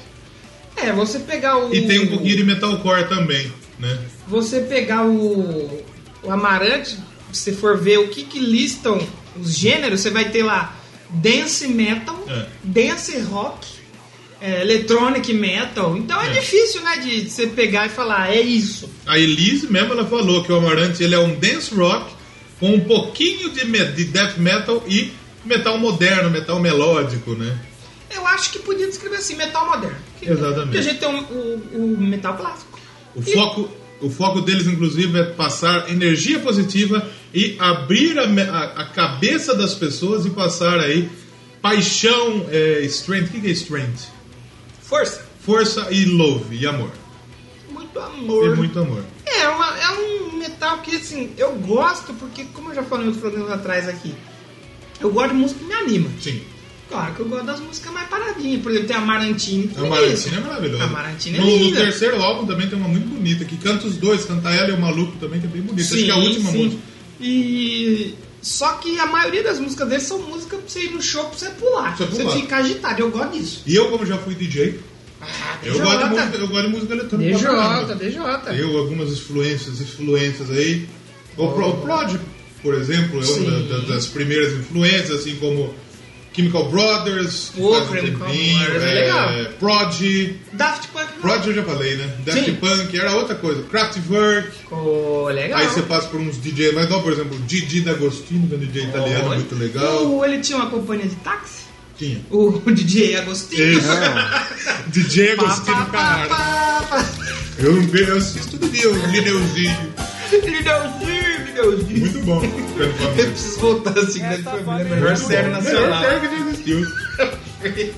S1: É, você pegar o.
S2: E tem um pouquinho de metalcore também, né?
S1: você pegar o, o Amarante, se for ver o que, que listam os gêneros, você vai ter lá dance metal,
S2: É.
S1: dance rock, é, electronic metal. Então é,
S2: É.
S1: difícil, né, de, de você pegar e falar, é isso.
S2: A Elise mesmo ela falou que o Amarante ele é um dance rock com um pouquinho de, me- de death metal e metal moderno, metal melódico, né?
S1: Eu acho que podia descrever assim, metal moderno. Que-
S2: Exatamente.
S1: Porque a gente tem um, o, o- o metal clássico.
S2: O
S1: E-
S2: foco, o foco deles, inclusive, é passar energia positiva e abrir a, me- a- a cabeça das pessoas e passar aí paixão, é, strength. O que que é strength?
S1: Força.
S2: Força e love e amor.
S1: Muito
S2: E
S1: amor.
S2: muito amor.
S1: É, uma- é um metal que, assim, eu gosto, porque, como eu já falei outros programas atrás aqui, eu gosto de música que me anima.
S2: Sim.
S1: Claro que eu gosto das músicas mais paradinhas. Por exemplo, tem a Marantini.
S2: A Marantina é maravilhosa.
S1: A Marantina é
S2: no, no
S1: linda.
S2: terceiro álbum também tem uma muito bonita, que canta os dois, canta ela e o maluco também, que é bem bonita. Acho que é a última música.
S1: E... Só que a maioria das músicas dele são músicas pra você ir no show, pra você pular.
S2: Pra você
S1: Pra você
S2: pular.
S1: ficar agitado. Eu gosto disso.
S2: E eu, como já fui DJ,
S1: Ah,
S2: eu gosto, de música, eu gosto de música eletrônica. pra
S1: DJ,
S2: caramba.
S1: DJ.
S2: Eu, algumas influências, influências aí. O, Pro, o Prod, por exemplo, é uma
S1: Sim.
S2: da- da- das primeiras influências, assim como Chemical Brothers, que
S1: Ô,
S2: faz um
S1: Chemical
S2: tempinho,
S1: Brothers, é legal.
S2: Prod,
S1: Daft Punk. não.
S2: Prod eu já falei, né? Daft
S1: Sim.
S2: Punk era outra coisa, Kraftwerk,
S1: Ô, legal.
S2: aí você passa por uns DJ mais novos, por exemplo, o Didi D'Agostino, que é um DJ italiano
S1: Olha.
S2: muito legal.
S1: O- ele tinha uma companhia de táxi?
S2: Tinha.
S1: O DJ Agostinho.
S2: Esse. DJ Agostino, cara. Eu não vejo, eu assisto todo dia o Lineuzinho.
S1: Ele deu um giro, ele deu um giro.
S2: Muito bom. Pelo
S1: Eu
S2: Flamengo.
S1: preciso voltar assim, grande família. Melhor série nacional.
S2: Melhor série que já existiu.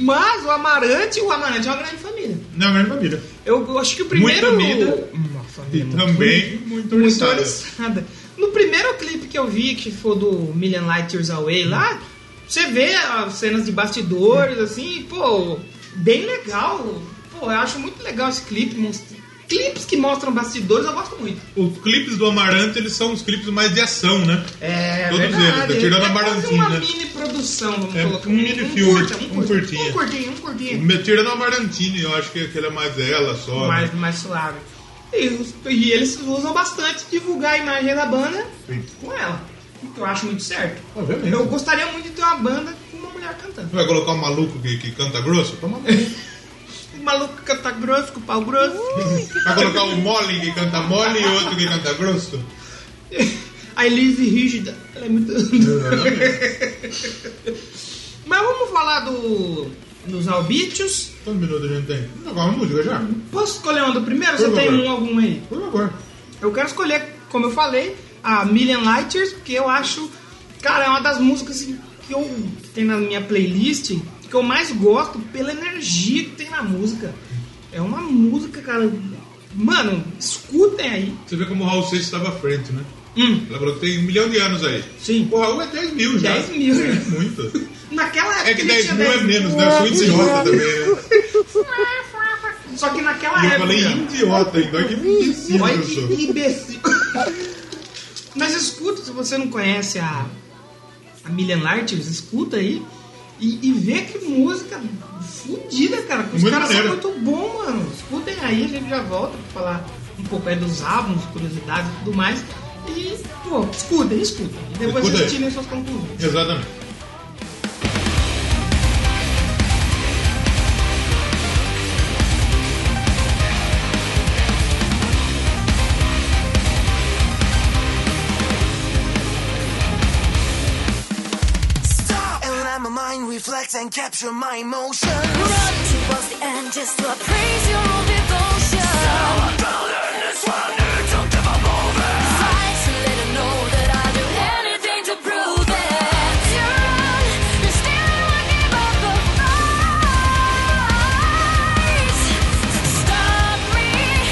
S1: Mas o Amarante, o Amarante é uma grande família.
S2: Na grande família.
S1: Eu, eu acho que o primeiro.
S2: Muita
S1: Uma família
S2: E
S1: muito
S2: também muito
S1: Muito
S2: oriçada.
S1: oriçada. No primeiro clipe que eu vi, que foi do Million Light Years Away lá, você vê as cenas de bastidores, assim, e, pô, bem legal. Pô, eu acho muito legal esse clipe. most- Clipes que mostram bastidores eu gosto muito.
S2: Os clipes do Amarante, eles são os clipes mais de ação, né?
S1: É,
S2: Todos
S1: verdade.
S2: eles, né? Tirando
S1: é
S2: a
S1: quase
S2: Baranzinha,
S1: uma
S2: né?
S1: mini produção, vamos
S2: É,
S1: colocar.
S2: um mini
S1: curta,
S2: fiord,
S1: um
S2: um
S1: curtinho. Um
S2: curtinha.
S1: curtinho, um curtinho.
S2: Tirando a Amarantini, eu acho que aquele é mais ela só. né?
S1: Mais, mais suave. E, os- e eles usam bastante divulgar a imagem da banda
S2: Sim.
S1: com ela. O que eu acho muito certo.
S2: Obviamente.
S1: Eu gostaria muito de ter uma banda com uma mulher cantando.
S2: Vai colocar um maluco que, que canta grosso? Toma maluco.
S1: O maluco que canta grosso, com o pau grosso.
S2: Vai colocar o mole que canta mole e outro que canta grosso?
S1: A Elise Rígida. Ela é muito. Mas vamos falar do. Dos albichos.
S2: Quantos minutos a gente tem? Vamos tocar uma música já?
S1: Posso escolher um do primeiro?
S2: Por
S1: Você tem
S2: favor.
S1: um algum aí?
S2: Por favor.
S1: Eu quero escolher, como eu falei, a Million Light Years, porque eu acho, cara, é uma das músicas assim, que eu que tem na minha playlist que eu mais gosto pela energia que tem na música. É uma música, cara. Mano, escutem aí.
S2: Você vê como o Raul Seixas estava à frente, né?
S1: Hum,
S2: Ela falou que tem um milhão de anos aí.
S1: sim.
S2: O Raul é 10 mil já.
S1: 10 mil.
S2: É muito.
S1: Naquela época.
S2: É que
S1: ele
S2: 10
S1: tinha
S2: mil é
S1: 10
S2: menos, né? Eu sou idiota também, né?
S1: Só que naquela
S2: E eu
S1: época.
S2: falei idiota ainda, olha que imbecil
S1: Olha
S2: eu
S1: que
S2: sou.
S1: imbecil. Mas escuta, se você não conhece a, a Million Lighters, escuta aí e, e vê que música fodida, cara. Os
S2: Muito
S1: caras são
S2: maneiro.
S1: muito bons, mano. Escutem aí, a gente já volta pra falar um pouco aí dos álbuns, curiosidades e tudo mais. E, pô, escutem, escutem. E depois
S2: Escuta
S1: vocês
S2: aí.
S1: tirem suas conclusões.
S2: Exatamente.
S3: Stop! And let my mind reflect and capture my emotions.
S5: Run towards the end just to appraise your own devotion. Fight to let her know that I'll do anything to prove it. Turn, you're still won't give up the fight. Stop me,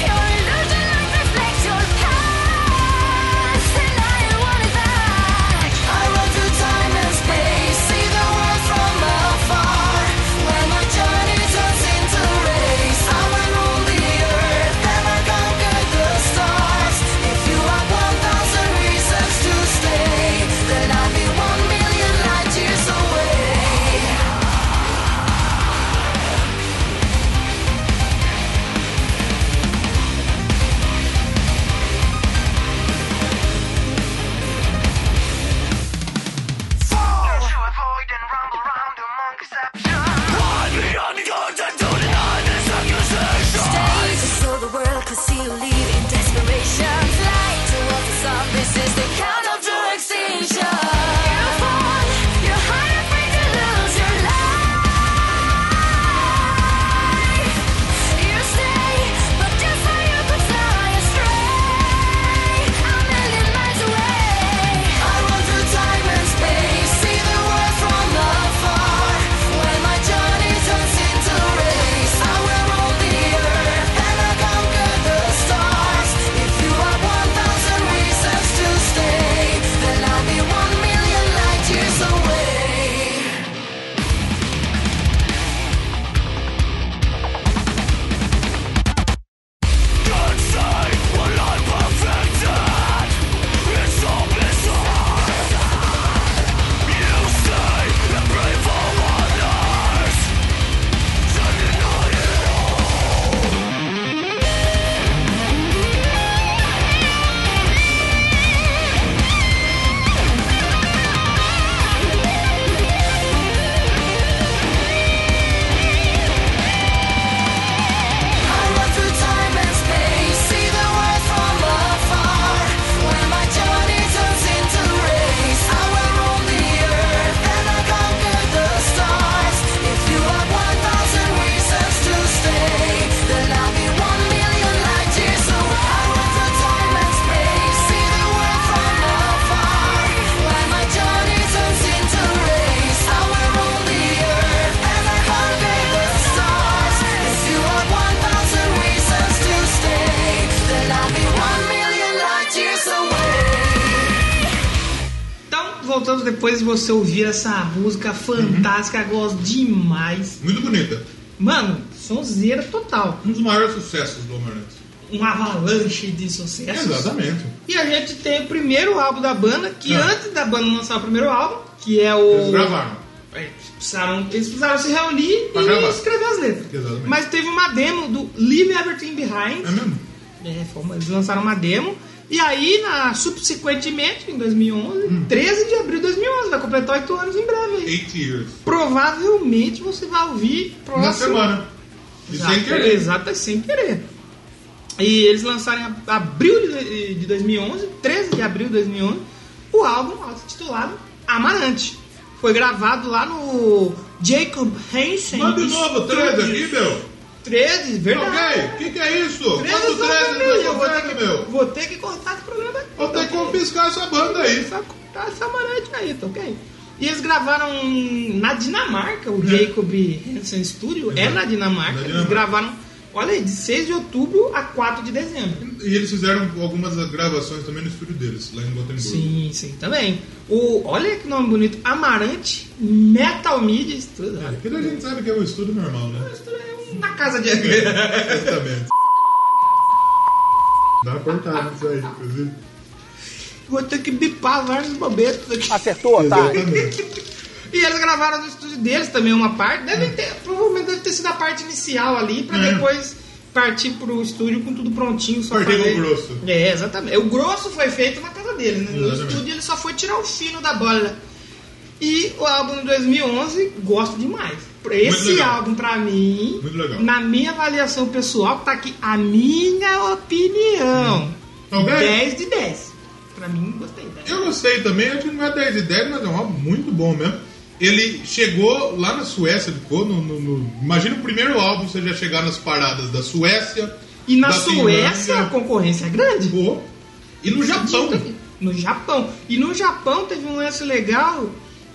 S5: your illusion light reflects your past, and I want it back. I run through time and space, see the world from afar. When my journey turns into race, I will rule the earth and I conquer the stars.
S1: Então, voltando depois de você ouvir essa música fantástica,
S2: Uhum.
S1: gosto demais.
S2: Muito bonita.
S1: Mano, sonzeira total.
S2: Um dos maiores sucessos do Amaranth.
S1: Um avalanche de sucessos.
S2: Exatamente. Ah.
S1: E a gente tem o primeiro álbum da banda, que antes da banda lançar o primeiro álbum, que é o.
S2: Eles gravaram.
S1: Eles precisaram, eles precisaram se reunir
S2: Pra
S1: e
S2: gravar.
S1: escrever as letras.
S2: Exatamente.
S1: Mas teve uma demo do Leave Everything Behind.
S2: É mesmo?
S1: É, foi uma- eles lançaram uma demo. E aí, na, subsequentemente, em 2011,
S2: Hum.
S1: 13 de abril de 2011, vai completar 8 anos em breve. aí.
S2: Eight Years.
S1: Provavelmente você vai ouvir próximo.
S2: Uma semana. E
S1: Exato,
S2: sem querer.
S1: Exato, é sem querer. E eles lançaram em abril de de 2011, 13 de abril de 2011, o álbum auto-titulado Amarante. Foi gravado lá no Jacob Hansen.
S2: Manda de novo o treze aqui, meu.
S1: 13, verdade.
S2: Ok, o que, que é isso?
S1: Treze
S2: Manda o
S1: só pra
S2: 13
S1: mim, eu vou
S2: no meu
S1: ter
S2: governo,
S1: que-
S2: meu.
S1: Vou ter que cortar esse programa aqui.
S2: Vou ter que
S1: tá ok?
S2: confiscar essa banda aí.
S1: Só cortar essa amarante aí, tá ok? E eles gravaram na Dinamarca, o Jacob Hansen Studio é na Dinamarca.
S2: É. Na
S1: Eles
S2: Dinamarca.
S1: gravaram, olha aí, de 6 de outubro a 4 de dezembro.
S2: E eles fizeram algumas gravações também no estúdio deles, lá em Gotemburgo.
S1: Sim, sim, também. O, olha que nome bonito, Amarante Metal Media Studio.
S2: É, Aquilo a gente sabe que é o estúdio normal, né?
S1: É um Na casa de
S2: Exatamente. Dá uma cortada nisso aí, inclusive.
S1: Vou ter que bipar vários bobetos aqui.
S2: Ah, Exatamente.
S1: E eles gravaram no estúdio deles também uma parte. Deve ter, provavelmente deve ter sido a parte inicial ali, pra
S2: É.
S1: depois partir pro estúdio com tudo prontinho. Só
S2: Partir
S1: fazer-
S2: com o grosso.
S1: É, exatamente. O grosso foi feito na casa dele, né? No
S2: Exatamente.
S1: estúdio ele só foi tirar o fino da bola. E o álbum de 2011, gosto demais. Esse
S2: legal.
S1: álbum, pra mim,
S2: Muito legal.
S1: na minha avaliação pessoal, tá aqui a minha opinião.
S2: Hum. Tá Ok.
S1: 10 de 10. Pra mim, gostei. né?
S2: Eu gostei também, acho que não é 10 e 10, mas é um álbum muito bom mesmo. Ele chegou lá na Suécia, ficou no, no- no- Imagina o primeiro álbum você já chegar nas paradas da Suécia.
S1: E na
S2: da
S1: Suécia a
S2: Finlândia,
S1: concorrência é grande.
S2: pô, E no Japão.
S1: No Japão. E no Japão teve um lance legal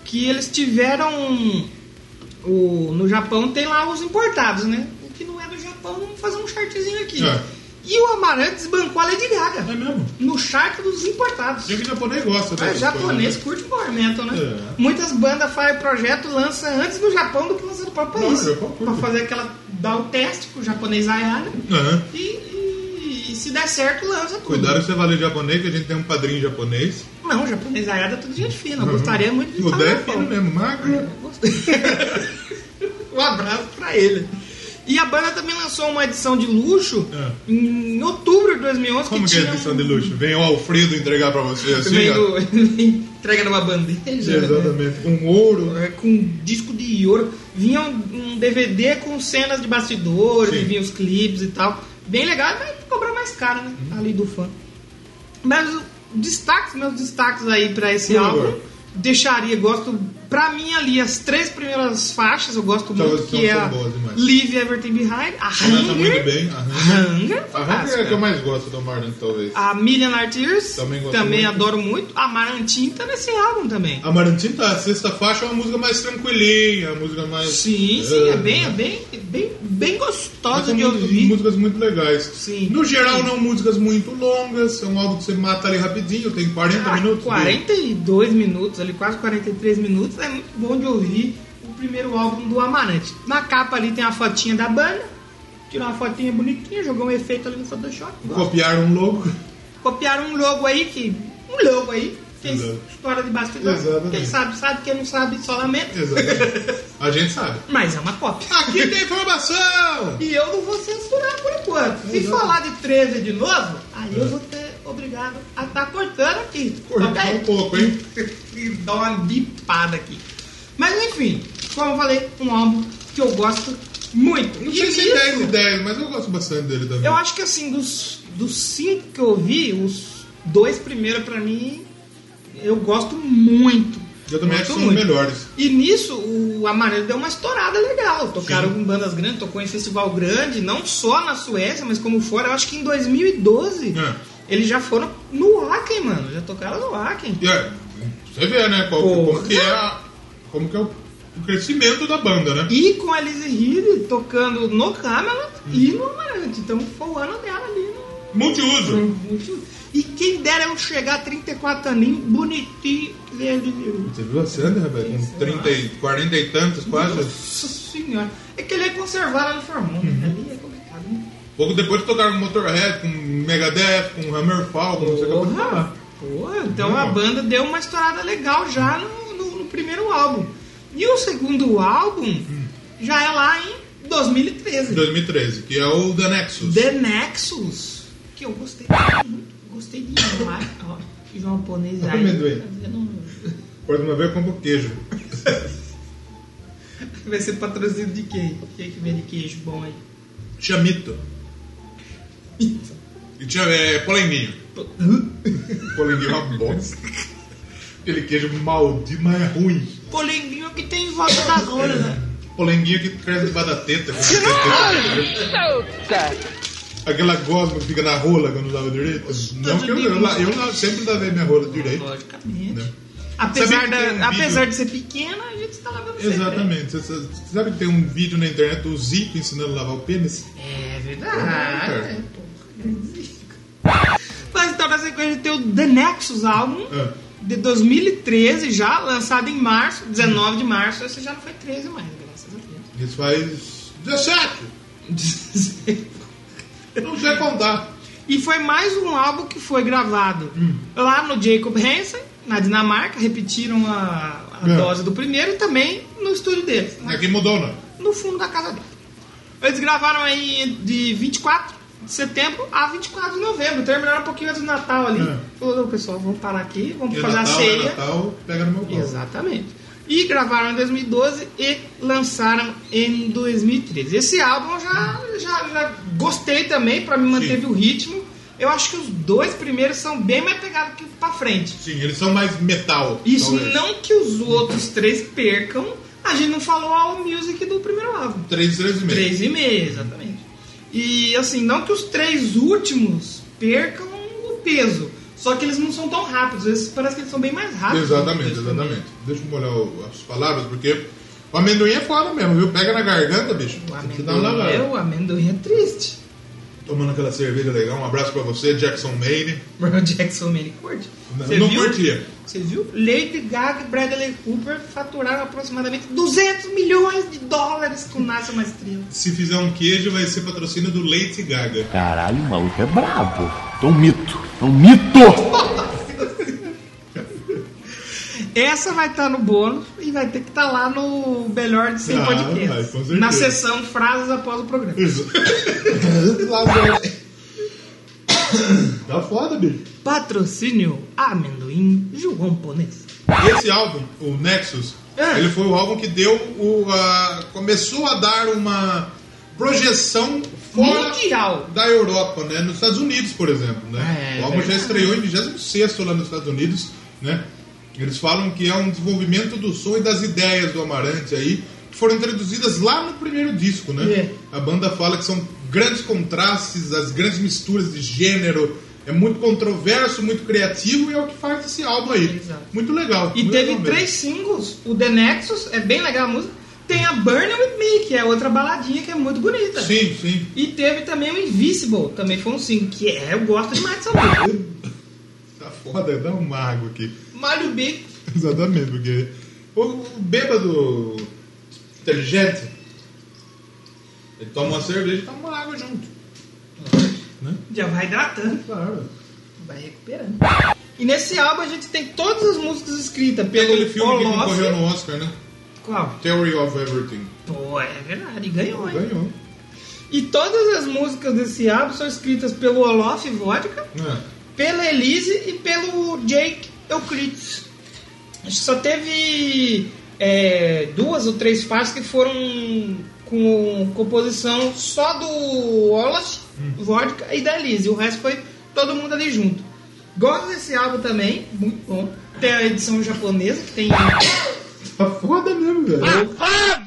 S1: que eles tiveram. O, no Japão tem lá os importados, né? O que não é do Japão, vamos fazer um chartzinho aqui.
S2: É.
S1: E o Amarante desbancou a Lady
S2: É
S1: Gaga
S2: mesmo.
S1: no chart dos importados.
S2: Já que japonês gosta
S1: É,
S2: dessas
S1: japonês
S2: coisas,
S1: curte power metal, né?
S2: É.
S1: Muitas bandas fazem projeto, lança antes no Japão do que lança no próprio
S2: Não,
S1: país.
S2: o Japão curte.
S1: pra fazer aquela. dar o teste pro japonês aiara
S2: né? Aham.
S1: e, e- e se der certo, lança tudo.
S2: Cuidado se você valer japonês, que a gente tem um padrinho japonês.
S1: Não, japonesaiada é tudo gente fina.
S2: Uhum.
S1: Eu gostaria muito de
S2: O
S1: estar tá na
S2: Dé é fino
S1: Fórmula.
S2: mesmo, magro.
S1: Um abraço pra ele. E a banda também lançou uma edição de luxo
S2: É.
S1: em outubro de 2011.
S2: Como que é
S1: tinha
S2: a edição de
S1: um-
S2: luxo? Vem o Alfredo entregar pra você assim,
S1: Vem
S2: ó.
S1: do- entrega numa bandeja. né?
S2: Exatamente. Com ouro. né?
S1: É, Com disco de ouro. Vinha um, um DVD com cenas de bastidores,
S2: Sim.
S1: e vinha os clipes e tal. Bem legal, mas cobrar mais caro, né?
S2: Uhum.
S1: Ali do fã. Mas o- destaques, meus destaques aí pra esse
S2: Por
S1: álbum,
S2: favor.
S1: deixaria, gosto, pra mim ali, as três primeiras faixas, eu gosto
S2: Então,
S1: muito,
S2: são-
S1: que é
S2: são
S1: a
S2: boas demais.
S1: Leave Everything Behind, a
S2: Começa muito
S1: Hunger,
S2: é bem. Aham.
S1: Hunger,
S2: A Hunter é a que
S1: fantástica. Ah.
S2: eu mais gosto do Marlon, talvez.
S1: A Million Tears,
S2: Também
S1: também,
S2: gosto muito.
S1: adoro muito. A Marantin tá nesse álbum também.
S2: A Marantinho tá, a sexta faixa é uma música mais tranquilinha, uma música mais.
S1: Sim, sim, é
S2: Ah,
S1: bem, é bem, bem, bem
S2: mas
S1: gostosa
S2: são
S1: de
S2: músicas-
S1: ouvir.
S2: músicas muito legais.
S1: Sim.
S2: No geral, não músicas muito longas, é um álbum que você mata ali rapidinho, tem 40
S1: Ah,
S2: minutos. né?
S1: 42 minutos, ali quase 43 minutos, é muito bom de ouvir o primeiro álbum do Amarante. Na capa ali tem a fotinha da banda, tirou uma fotinha bonitinha, jogou um efeito ali no Photoshop.
S2: dele.
S1: Gosto.
S2: Copiaram um logo.
S1: Copiaram um logo aí, que um logo aí, que é
S2: Exato.
S1: história de bastidores.
S2: Um Exatamente.
S1: Quem sabe, sabe, quem não sabe, só lamenta.
S2: Exatamente. A gente sabe.
S1: Mas é uma cópia.
S2: Aqui tem informação!
S1: E eu não vou censurar por enquanto. Se
S2: Uhum.
S1: falar de 13 de novo, aí eu vou ter obrigado a estar cortando aqui.
S2: Cortar
S1: ok?
S2: um pouco, hein?
S1: E dar uma bipada aqui. Mas enfim, como eu falei, um álbum que eu gosto muito.
S2: Não
S1: E
S2: sei se
S1: isso,
S2: é 10 e 10, mas eu gosto bastante dele também.
S1: Eu acho que assim, dos, dos cinco que eu vi, os dois primeiros pra mim, eu gosto muito.
S2: Eu também acho
S1: Gosto
S2: que são os melhores.
S1: e nisso, o Amarelo deu uma estourada legal. Tocaram com bandas grandes, tocou em festival grande, não só na Suécia, mas como fora. Eu acho que em 2012
S2: É.
S1: eles já foram no Aken, mano. Já tocaram no Aken.
S2: E é, você vê, né? qual-
S1: Porra.
S2: como que é, a- como que é o, o crescimento da banda, né?
S1: E com a Elise Reed tocando no Camelot e no Amarante. Então foi o ano dela ali no.
S2: Multiuso.
S1: no- E quem dera eu chegar a 34 aninhos, bonitinho, velho.
S2: Você viu a Sandra, Rebeca? Com 30, e 40 e tantos quase.
S1: Nossa senhora. É que ele é conservado ali no hormônio, né? Ali é complicado, né?
S2: Pouco depois tocaram com Motorhead, com Megadeth, com Hammerfall, com não sei o que.
S1: Porra! Porra, então a banda deu uma estourada legal já no, no- no primeiro álbum. E o segundo álbum já é lá em 2013.
S2: Em 2013, que é o The Nexus.
S1: The Nexus, que eu gostei muito, gostei demais. Ó, fiz uma japonesa aí.
S2: Amendoim.
S1: tá vendo?
S2: Pode uma vez com queijo.
S1: Vai ser patrocínio de quem? Quem é que vende queijo bom aí?
S2: Tinha mito. E tinha é, polenguinho. Polenguinho é uma bosta. Aquele queijo maldito, mas é ruim.
S1: Polenguinho que tem em volta da rola, né?
S2: Polenguinho que cresce debaixo da teta. que fica teta. Aquela gosma que fica na rola quando lava direito. Não que eu, eu, la- eu la- sempre lavei minha rola direito.
S1: Logicamente.
S2: Não.
S1: Apesar,
S2: Né? Sabe que tem um
S1: da, apesar
S2: vídeo-
S1: de ser pequena, a gente tá lavando sempre.
S2: Exatamente. Você você- você sabe que tem um vídeo na internet do Zico ensinando a lavar o pênis?
S1: É
S2: É,
S1: verdade. Mas então na sequência tem o The Nexus álbum
S2: Ah.
S1: de 2013 já, lançado em março, 19 de março, esse já não foi 13 mais, graças a Deus.
S2: Isso faz 17. Eu não sei contar.
S1: E foi mais um álbum que foi gravado
S2: Hum.
S1: lá no Jacob Hansen, na Dinamarca, repetiram a, a
S2: É.
S1: dose do primeiro e também no estúdio deles, na-
S2: Aqui mudou, né? não.
S1: no fundo da casa dele. Eles gravaram aí de 24 de setembro a 24 de novembro, terminaram um pouquinho antes do Natal ali.
S2: É.
S1: Falou, "Não, pessoal, vamos parar aqui, vamos
S2: E é
S1: fazer
S2: Natal,
S1: a
S2: é
S1: ceia.
S2: Natal, pega no meu colo.
S1: Exatamente. E gravaram em 2012 e lançaram em 2013. Esse álbum eu já, já, já gostei também, pra mim manteve
S2: Sim.
S1: o ritmo. Eu acho que os dois primeiros são bem mais pegados que o pra frente.
S2: Sim, eles são mais metal.
S1: Isso
S2: talvez.
S1: não que os outros três percam, a gente não falou ao music do primeiro álbum.
S2: Três, três e meio.
S1: Três e meio, exatamente. E assim, não que os três últimos percam o peso. Só que eles não são tão rápidos. Esses parece que eles são bem mais rápidos.
S2: Exatamente,
S1: Os Ah, dois primeiros.
S2: exatamente. Deixa eu molhar o- as palavras, porque o amendoim é foda mesmo, viu? Pega na garganta, bicho.
S1: O
S2: Tem que dar uma
S1: amendoim, é,
S2: lavada.
S1: o amendoim é triste.
S2: Tomando aquela cerveja legal. Um abraço pra você, Jackson Maine.
S1: Michael Jackson ele curte.
S2: Não,
S1: Você
S2: não
S1: viu?
S2: curtia.
S1: Você viu? Lady Gaga e Bradley Cooper faturaram aproximadamente 200 milhões de dólares com Nasce Uma Estrela.
S2: Se fizer um queijo, vai ser patrocínio do Leite Gaga.
S6: Caralho, o maluco é brabo. É um mito. É um mito.
S1: Essa vai estar no bônus e vai ter que estar lá no Melhor de 100
S2: Ah,
S1: Podcasts.
S2: vai, com certeza.
S1: na sessão Frases Após o Programa.
S2: Isso. Lavada. tá foda, bicho.
S1: Patrocínio Amendoim João Ponês.
S2: Esse álbum, o Nexus,
S1: É.
S2: ele foi o álbum que deu o. a- começou a dar uma projeção fora
S1: Mundial.
S2: da Europa, né? Nos Estados Unidos, por exemplo. Né?
S1: É,
S2: o álbum já
S1: verdade.
S2: estreou em 26 lá nos Estados Unidos, né? Eles falam que é um desenvolvimento do som e das ideias do Amarante aí, que foram introduzidas lá no primeiro disco, né?
S1: É.
S2: A banda fala que são grandes contrastes, as grandes misturas de gênero. É muito controverso, muito criativo e é o que faz esse álbum aí.
S1: Exato.
S2: Muito legal.
S1: E
S2: muito
S1: teve
S2: legal é um mesmo.
S1: três singles. O The Nexus, é bem legal a música. Tem a Burn With Me, que é outra baladinha que é muito bonita.
S2: Sim, sim.
S1: E teve também o Invisible, também foi um single, que é, eu gosto demais dessa música.
S2: Tá foda, dá um mago aqui.
S1: Mário B,
S2: Exatamente, porque o, o bêbado inteligente, ele toma uma cerveja e toma uma água junto.
S1: já vai hidratando,
S2: Claro.
S1: vai recuperando. E nesse álbum a gente tem todas as músicas escritas
S2: Tem
S1: pelo
S2: aquele filme que
S1: Orlovsky.
S2: concorreu no Oscar, né?
S1: Qual?
S2: Theory of Everything.
S1: Pô, é verdade, ganhou, hein?
S2: Ganhou.
S1: E todas as músicas desse álbum são escritas pelo Olof Vodka,
S2: É.
S1: pela Elise e pelo Jake Euclides. Acho que só teve é, duas ou três faixas que foram com composição só do Olaf, Vodka e da Elise. O resto foi todo mundo ali junto. Gosto desse álbum também, muito bom. Tem a edição japonesa que tem.
S2: Tá foda mesmo, velho.
S1: Ah,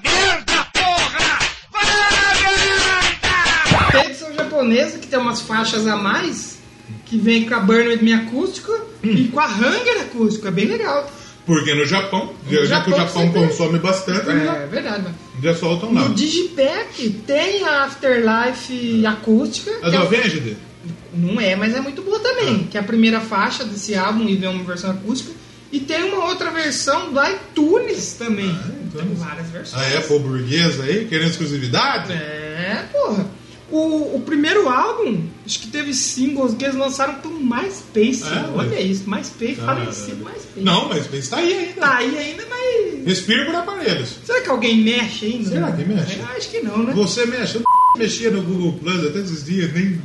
S1: Tem a edição japonesa que tem umas faixas a mais, que vem com a Burn With Me acústica e com a Hunger acústica. É bem legal.
S2: Porque no Japão, já, já que o
S1: Japão
S2: Japão
S1: sempre-
S2: consome bastante, eles
S1: É verdade, mano.
S2: já, já soltam lá. Ah.
S1: No Digipack tem a Afterlife acústica. que
S2: A do
S1: é-
S2: Avenged?
S1: Não é, mas é muito boa também.
S2: Ah.
S1: Que é a primeira faixa desse álbum e vem uma versão acústica. E tem uma outra versão do iTunes também.
S2: então-
S1: tem várias versões.
S2: A Apple burguesa aí, querendo exclusividade?
S1: É, porra. O, o primeiro álbum, acho que teve singles que eles lançaram pro MySpace.
S2: É,
S1: Olha
S2: mas-
S1: isso, MySpace,
S2: Caralho.
S1: falecido MySpace.
S2: Não, mas bem, está aí ainda.
S1: Tá aí ainda, mas.
S2: Respira por aparelhos.
S1: Será que alguém mexe ainda?
S2: Será que mexe?
S1: Eu acho que não, né?
S2: Você mexe, eu não mexia no Google Plus até esses dias, nem.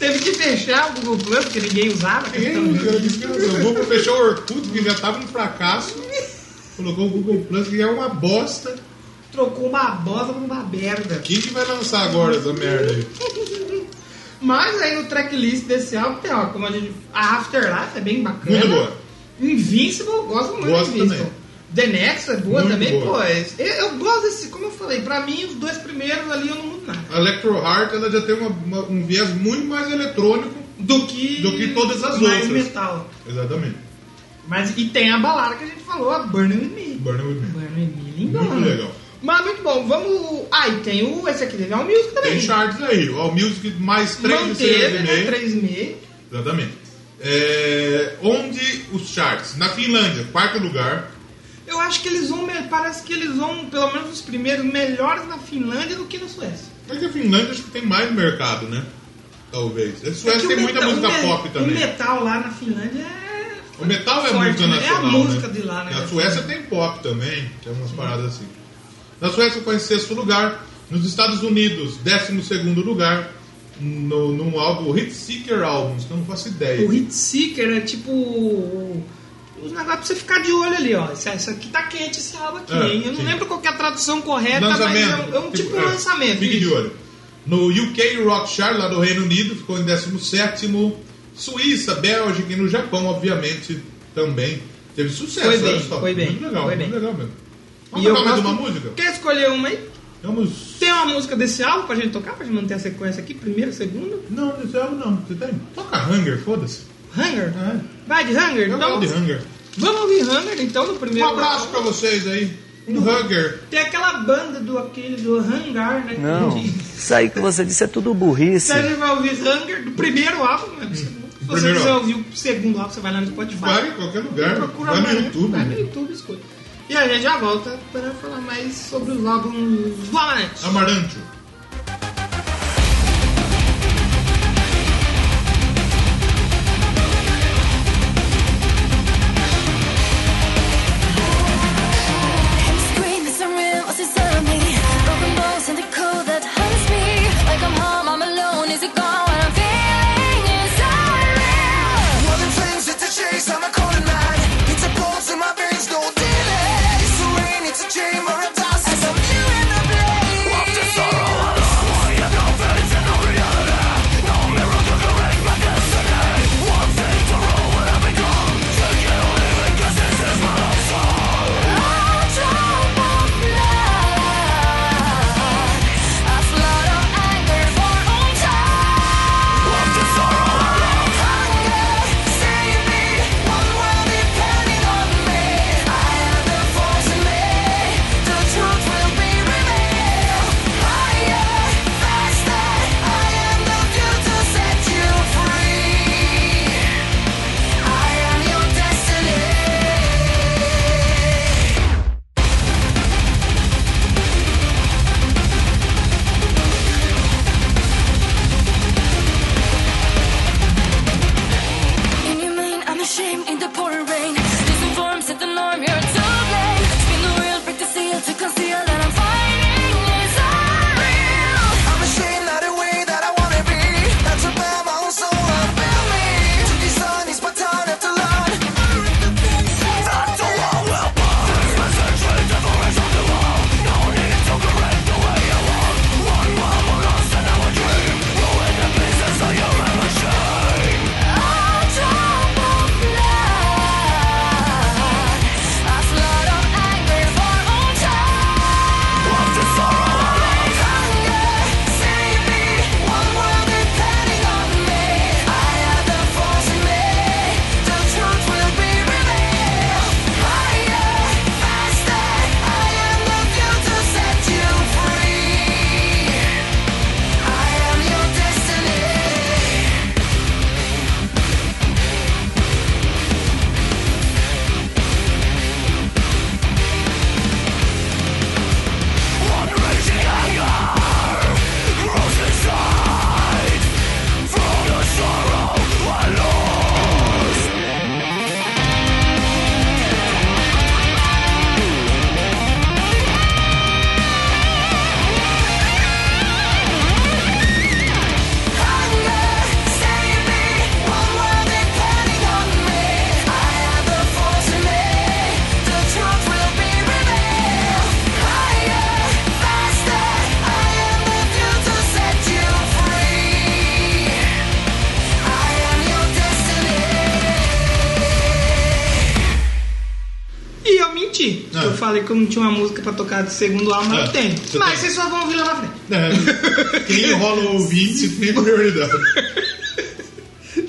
S1: Teve que fechar o Google Plus, porque ninguém usava.
S2: Ninguém
S1: então,
S2: eu disse que eu vou pra fechar o Orkut, que já tava um fracasso. Colocou o Google Plus, que é uma bosta.
S1: Trocou uma bosta por uma merda.
S2: Quem que vai lançar agora essa merda aí?
S1: Mas aí no tracklist desse álbum tem, ó, como a gente. A Afterlife é bem bacana.
S2: Muito boa.
S1: Invincible, eu gosto muito
S2: Gosto
S1: do Invincible.
S2: também.
S1: The Next é boa
S2: Muito
S1: também,
S2: boa.
S1: pô. é- Eu, eu gosto desse, como eu falei, pra mim os dois primeiros ali eu não mudo nada.
S2: A Electro Heart ela já tem uma- uma- um viés muito mais eletrônico.
S1: Do que.
S2: Do que todas as
S1: mais
S2: outras.
S1: metal.
S2: Exatamente.
S1: Mas e tem a balada que a gente falou, a Burn With Me.
S2: Burn With Me.
S1: Burn With Me, lindona.
S2: Muito legal.
S1: Mas muito bom, vamos. Ah, e tem o. Esse aqui deve é o Music também.
S2: Tem charts aí. Ó, Music mais 3 de
S1: Manteve, né?
S2: 6,5.
S1: 3,5.
S2: Exatamente. É, onde os charts? Na Finlândia, quarto lugar.
S1: Eu acho que eles vão, me- parece que eles vão, pelo menos os primeiros, melhores na Finlândia do que na Suécia.
S2: Mas a Finlândia acho que tem mais mercado, né? Talvez. A Suécia
S1: É que o
S2: tem muita
S1: metal-
S2: música
S1: o me-
S2: pop também.
S1: O metal lá na Finlândia é.
S2: O metal é
S1: Forte,
S2: música
S1: né? É a
S2: nacional.
S1: música
S2: né?
S1: de lá, né?
S2: Na Suécia tem pop também, tem umas paradas assim. Na Suécia foi em sexto lugar. Nos Estados Unidos, décimo segundo lugar. No, num álbum, Hit Seeker Albums, que eu não faço ideia.
S1: O Hit Seeker é tipo. Os negócios pra você ficar de olho ali, ó. Isso, isso aqui tá quente, esse álbum aqui,
S2: É,
S1: hein? Eu não
S2: sim.
S1: lembro qual que é a tradução correta,
S2: lançamento.
S1: mas é um, é um tipo, um
S2: é,
S1: lançamento.
S2: Fique
S1: isso.
S2: de olho. No UK Rock Chart, lá do Reino Unido, ficou em 17. Suíça, Bélgica e no Japão, obviamente, também teve sucesso.
S1: Foi bem,
S2: olha só.
S1: foi bem,
S2: Muito legal,
S1: foi
S2: muito
S1: bem.
S2: legal mesmo.
S1: E
S2: Vamos
S1: eu
S2: tocar mais
S1: gosto-
S2: uma música?
S1: Quer escolher uma aí?
S2: Vamos.
S1: Tem uma música desse álbum pra gente tocar, pra gente manter a sequência aqui, primeiro, segundo?
S2: Não, nesse álbum não. Você tem? Toca Hunger, foda-se.
S1: Hunger?
S2: É.
S1: Vai de Hunger?
S2: Eu
S1: então,
S2: gosto de Hunger.
S1: vamos ouvir Hunger então no
S2: Um
S1: primeiro.
S2: abraço pra vocês aí. Um Hunger.
S1: Tem aquela banda do aquele do Hangar, né?
S7: Não. Isso aí que você disse é tudo burrice.
S1: Se a gente vai ouvir Hunger do primeiro álbum, né? se você
S2: Primeiro
S1: quiser
S2: álbum.
S1: ouvir o segundo álbum, você vai lá no Spotify.
S2: Vai em qualquer lugar.
S1: procura
S2: Vai
S1: lá,
S2: no
S1: né?
S2: YouTube.
S1: Vai no YouTube, escuta. E a gente já volta para falar mais sobre os álbuns do Amarante.
S2: Amaranto.
S5: Scream, it's unreal, what's inside of me? Broken bones and the cold that haunts me. Like I'm home, I'm alone, is it gone? What I'm feeling is unreal.
S3: Running flames at the chase on a cold night. It's a pulse in my veins, no delay. It's a rain, it's a chamber of dust. As I'm viewing the blaze. Walk the sorrow.
S1: E eu menti.
S2: Ah.
S1: Eu falei que eu não tinha uma música pra tocar do segundo álbum, mas
S2: Ah,
S1: eu tenho.
S2: você
S1: Mas
S2: tem.
S1: vocês só vão ouvir lá na frente.
S2: É, quem rola o ouvinte tem prioridade.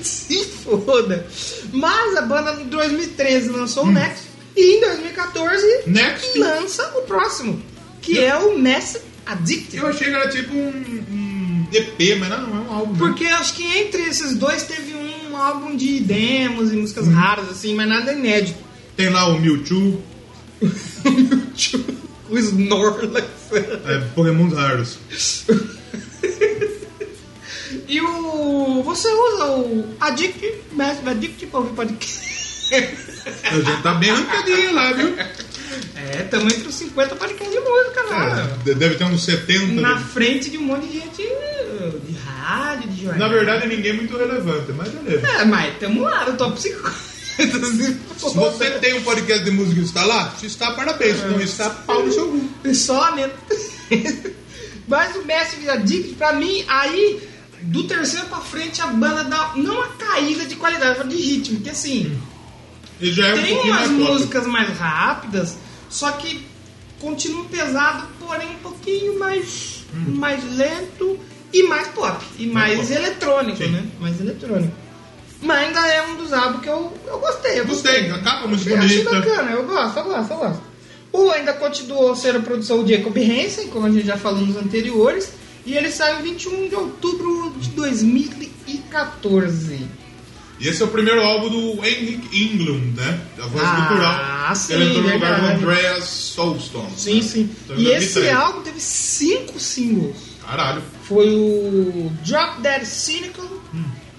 S1: Se foda. Mas a banda em 2013 lançou o Next. E em 2014
S2: Hum. Next?
S1: lança o próximo. Que é o Mass Addicted.
S2: Eu achei que era tipo um, um EP, mas não, é um álbum. mesmo.
S1: Porque acho que entre esses dois teve um álbum de demos e músicas
S2: Hum.
S1: raras, assim, mas nada inédito.
S2: Tem lá o Mewtwo,
S1: o Snorlax.
S2: é, Pokémon raros.
S1: E o. Você usa o Addict, Massive Addict pra ouvir podcast.
S2: A gente tá bem arrancadinha lá, viu?
S1: É, também entre os 50 podcasts de música lá.
S2: É, deve ter uns 70.
S1: Na
S2: né?
S1: frente de um monte de gente uh, de rádio, de jornal.
S2: Na verdade, ninguém é muito relevante, mas beleza.
S1: É, mas tamo lá no top 50. se é
S2: Se
S1: for.
S2: você tem um podcast de música e está lá, se está, parabéns. Se não está, pau no seu cu.
S1: Só mesmo. Mas o Mestre Addict, pra mim, aí do terceiro pra frente a banda dá não uma caída de qualidade, mas de ritmo, que assim.
S2: Ele já é um
S1: tem
S2: pouquinho
S1: umas
S2: mais pop.
S1: músicas mais rápidas, só que continua um pesado, porém um pouquinho mais, mais lento e mais pop. E mais
S2: Hum. pop.
S1: eletrônico,
S2: Sim.
S1: né? Mais eletrônico. Mas ainda é um dos álbuns que eu, eu gostei. Eu
S2: Gostei, a capa é muito
S1: Eu achei
S2: bonita.
S1: bacana, eu gosto, eu gosto, eu gosto. O ainda continuou sendo a produção de Jacob Hansen, como a gente já falou nos anteriores, e ele saiu em 21 de outubro de 2014.
S2: E esse é o primeiro álbum do Henrik Englund, né? Da voz
S1: Ah,
S2: cultural.
S1: sim,
S2: Ele entrou no lugar do
S1: verdade.
S2: Andreas Soulstone.
S1: Sim,
S2: né?
S1: sim.
S2: Então,
S1: e
S2: eu já vi
S1: esse
S2: três.
S1: álbum teve cinco singles.
S2: Caralho.
S1: Foi o Drop Dead Cynical,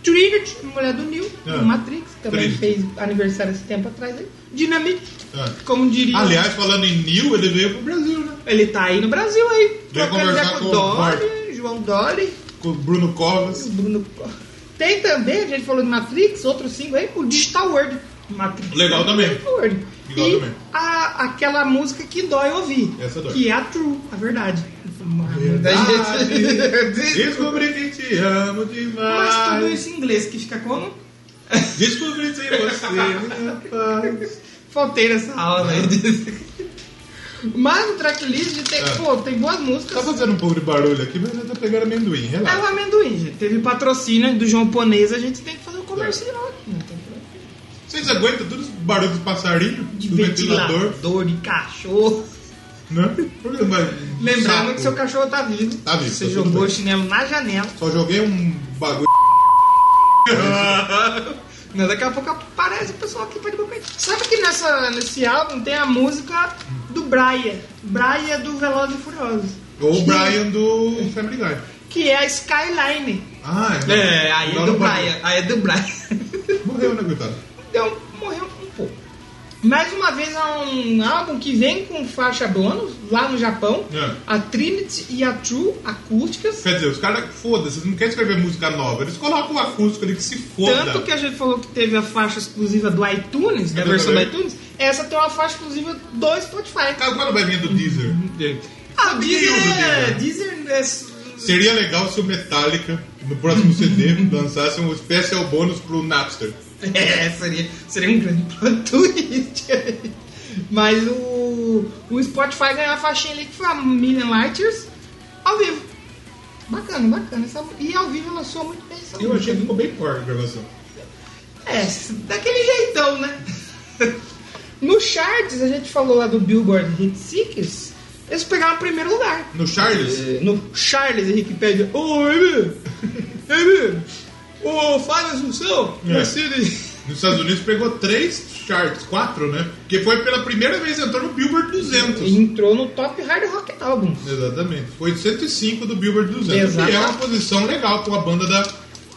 S1: Triggered, Mulher do Neil,
S2: Hum. Ah.
S1: do Matrix, que também
S2: Triggered.
S1: fez aniversário esse tempo atrás. aí. Dynamite,
S2: Ah.
S1: como diria.
S2: Aliás, falando em New, ele veio pro Brasil, né?
S1: ele tá aí no Brasil aí.
S2: Vem
S1: Trocando
S2: conversar
S1: ideia com o
S2: com o
S1: Dolly, João Dolly,
S2: Com o Bruno
S1: o
S2: Covas.
S1: Bruno. Tem também, a gente falou do Matrix, outro single aí, o Digital World. Matrix.
S2: Legal também.
S1: Digital World.
S2: Legal
S1: e
S2: também.
S1: a- aquela música que dói ouvir.
S2: Essa dói.
S1: Que é a True, a verdade.
S2: Descobri que te amo demais.
S1: Mas tudo isso em inglês, que fica como?
S2: Descobri sem você, minha paz.
S1: Faltei nessa aula aí. Mas no tracklist tem,
S2: É.
S1: pô, tem boas músicas.
S2: Tá fazendo um pouco de barulho aqui, mas eu tô pegando amendoim,
S1: É o
S2: relaxa.
S1: amendoim, gente. Teve patrocínio do João Ponês, a gente tem que fazer um comercial aqui. Não tem problema.
S2: Vocês aguentam todos os barulhos de passarinho,
S1: Ah. De
S2: do ventilador,
S1: ventilador, de cachorro.
S2: né? Por que não vai?
S1: Lembrando
S2: Saco.
S1: que seu cachorro tá vivo.
S2: Tá vivo,
S1: Você
S2: tá tudo
S1: jogou
S2: bem.
S1: o chinelo na janela.
S2: Só joguei um bagulho.
S1: Não, daqui a pouco aparece o pessoal aqui pra devolver. Sabe que nessa, nesse álbum tem a música do Brian. Brian do Veloz e Furioso.
S2: Ou o Brian do Family Guy.
S1: Que é a Skyline.
S2: Ah,
S1: É, aí é
S2: não
S1: do
S2: pode.
S1: Brian. Aí é do Brian.
S2: Morreu, né, coitado?
S1: Deu, morreu um pouco. Mais uma vez é um álbum que vem com faixa bônus lá no Japão.
S2: É.
S1: A Trinity e a True acústicas.
S2: Quer dizer, os caras, foda-se, eles não querem escrever música nova. Eles colocam o acústico ali que se foda. É
S1: Tanto que a gente falou que teve a faixa exclusiva do iTunes, da versão do
S2: Exatamente.
S1: iTunes, essa tem uma faixa exclusiva do Spotify.
S2: Cara, quando vai vir do Deezer?
S1: A
S2: eu uso
S1: Deezer,
S2: Deezer.
S1: Deezer é s-
S2: Seria legal se o Metallica, no próximo CD, lançasse um especial bônus pro Napster.
S1: É, seria, seria um grande plot twist. Mas o, o Spotify ganhou a faixinha ali que foi a Million Lighters ao vivo. Bacana, bacana. essa- e ao vivo ela soa muito bem. essa
S2: Eu
S1: música,
S2: achei que
S1: viu?
S2: ficou bem forte a gravação.
S1: É, daquele jeitão, né? No Charts, a gente falou lá do Billboard Hit Seekers, eles pegaram o primeiro lugar.
S2: No Charles?
S1: No Charles Henrique pede, ô, Emílio, Emílio, ô, Fábio Assunção,
S2: É.
S1: Mercedes.
S2: Nos Estados Unidos pegou três charts, quatro, né? Porque foi pela primeira vez que entrou no Billboard 200.
S1: Entrou no top Hard Rock Album.
S2: Exatamente. Foi 105 do Billboard 200.
S1: Exato.
S2: Que é uma posição legal com a banda da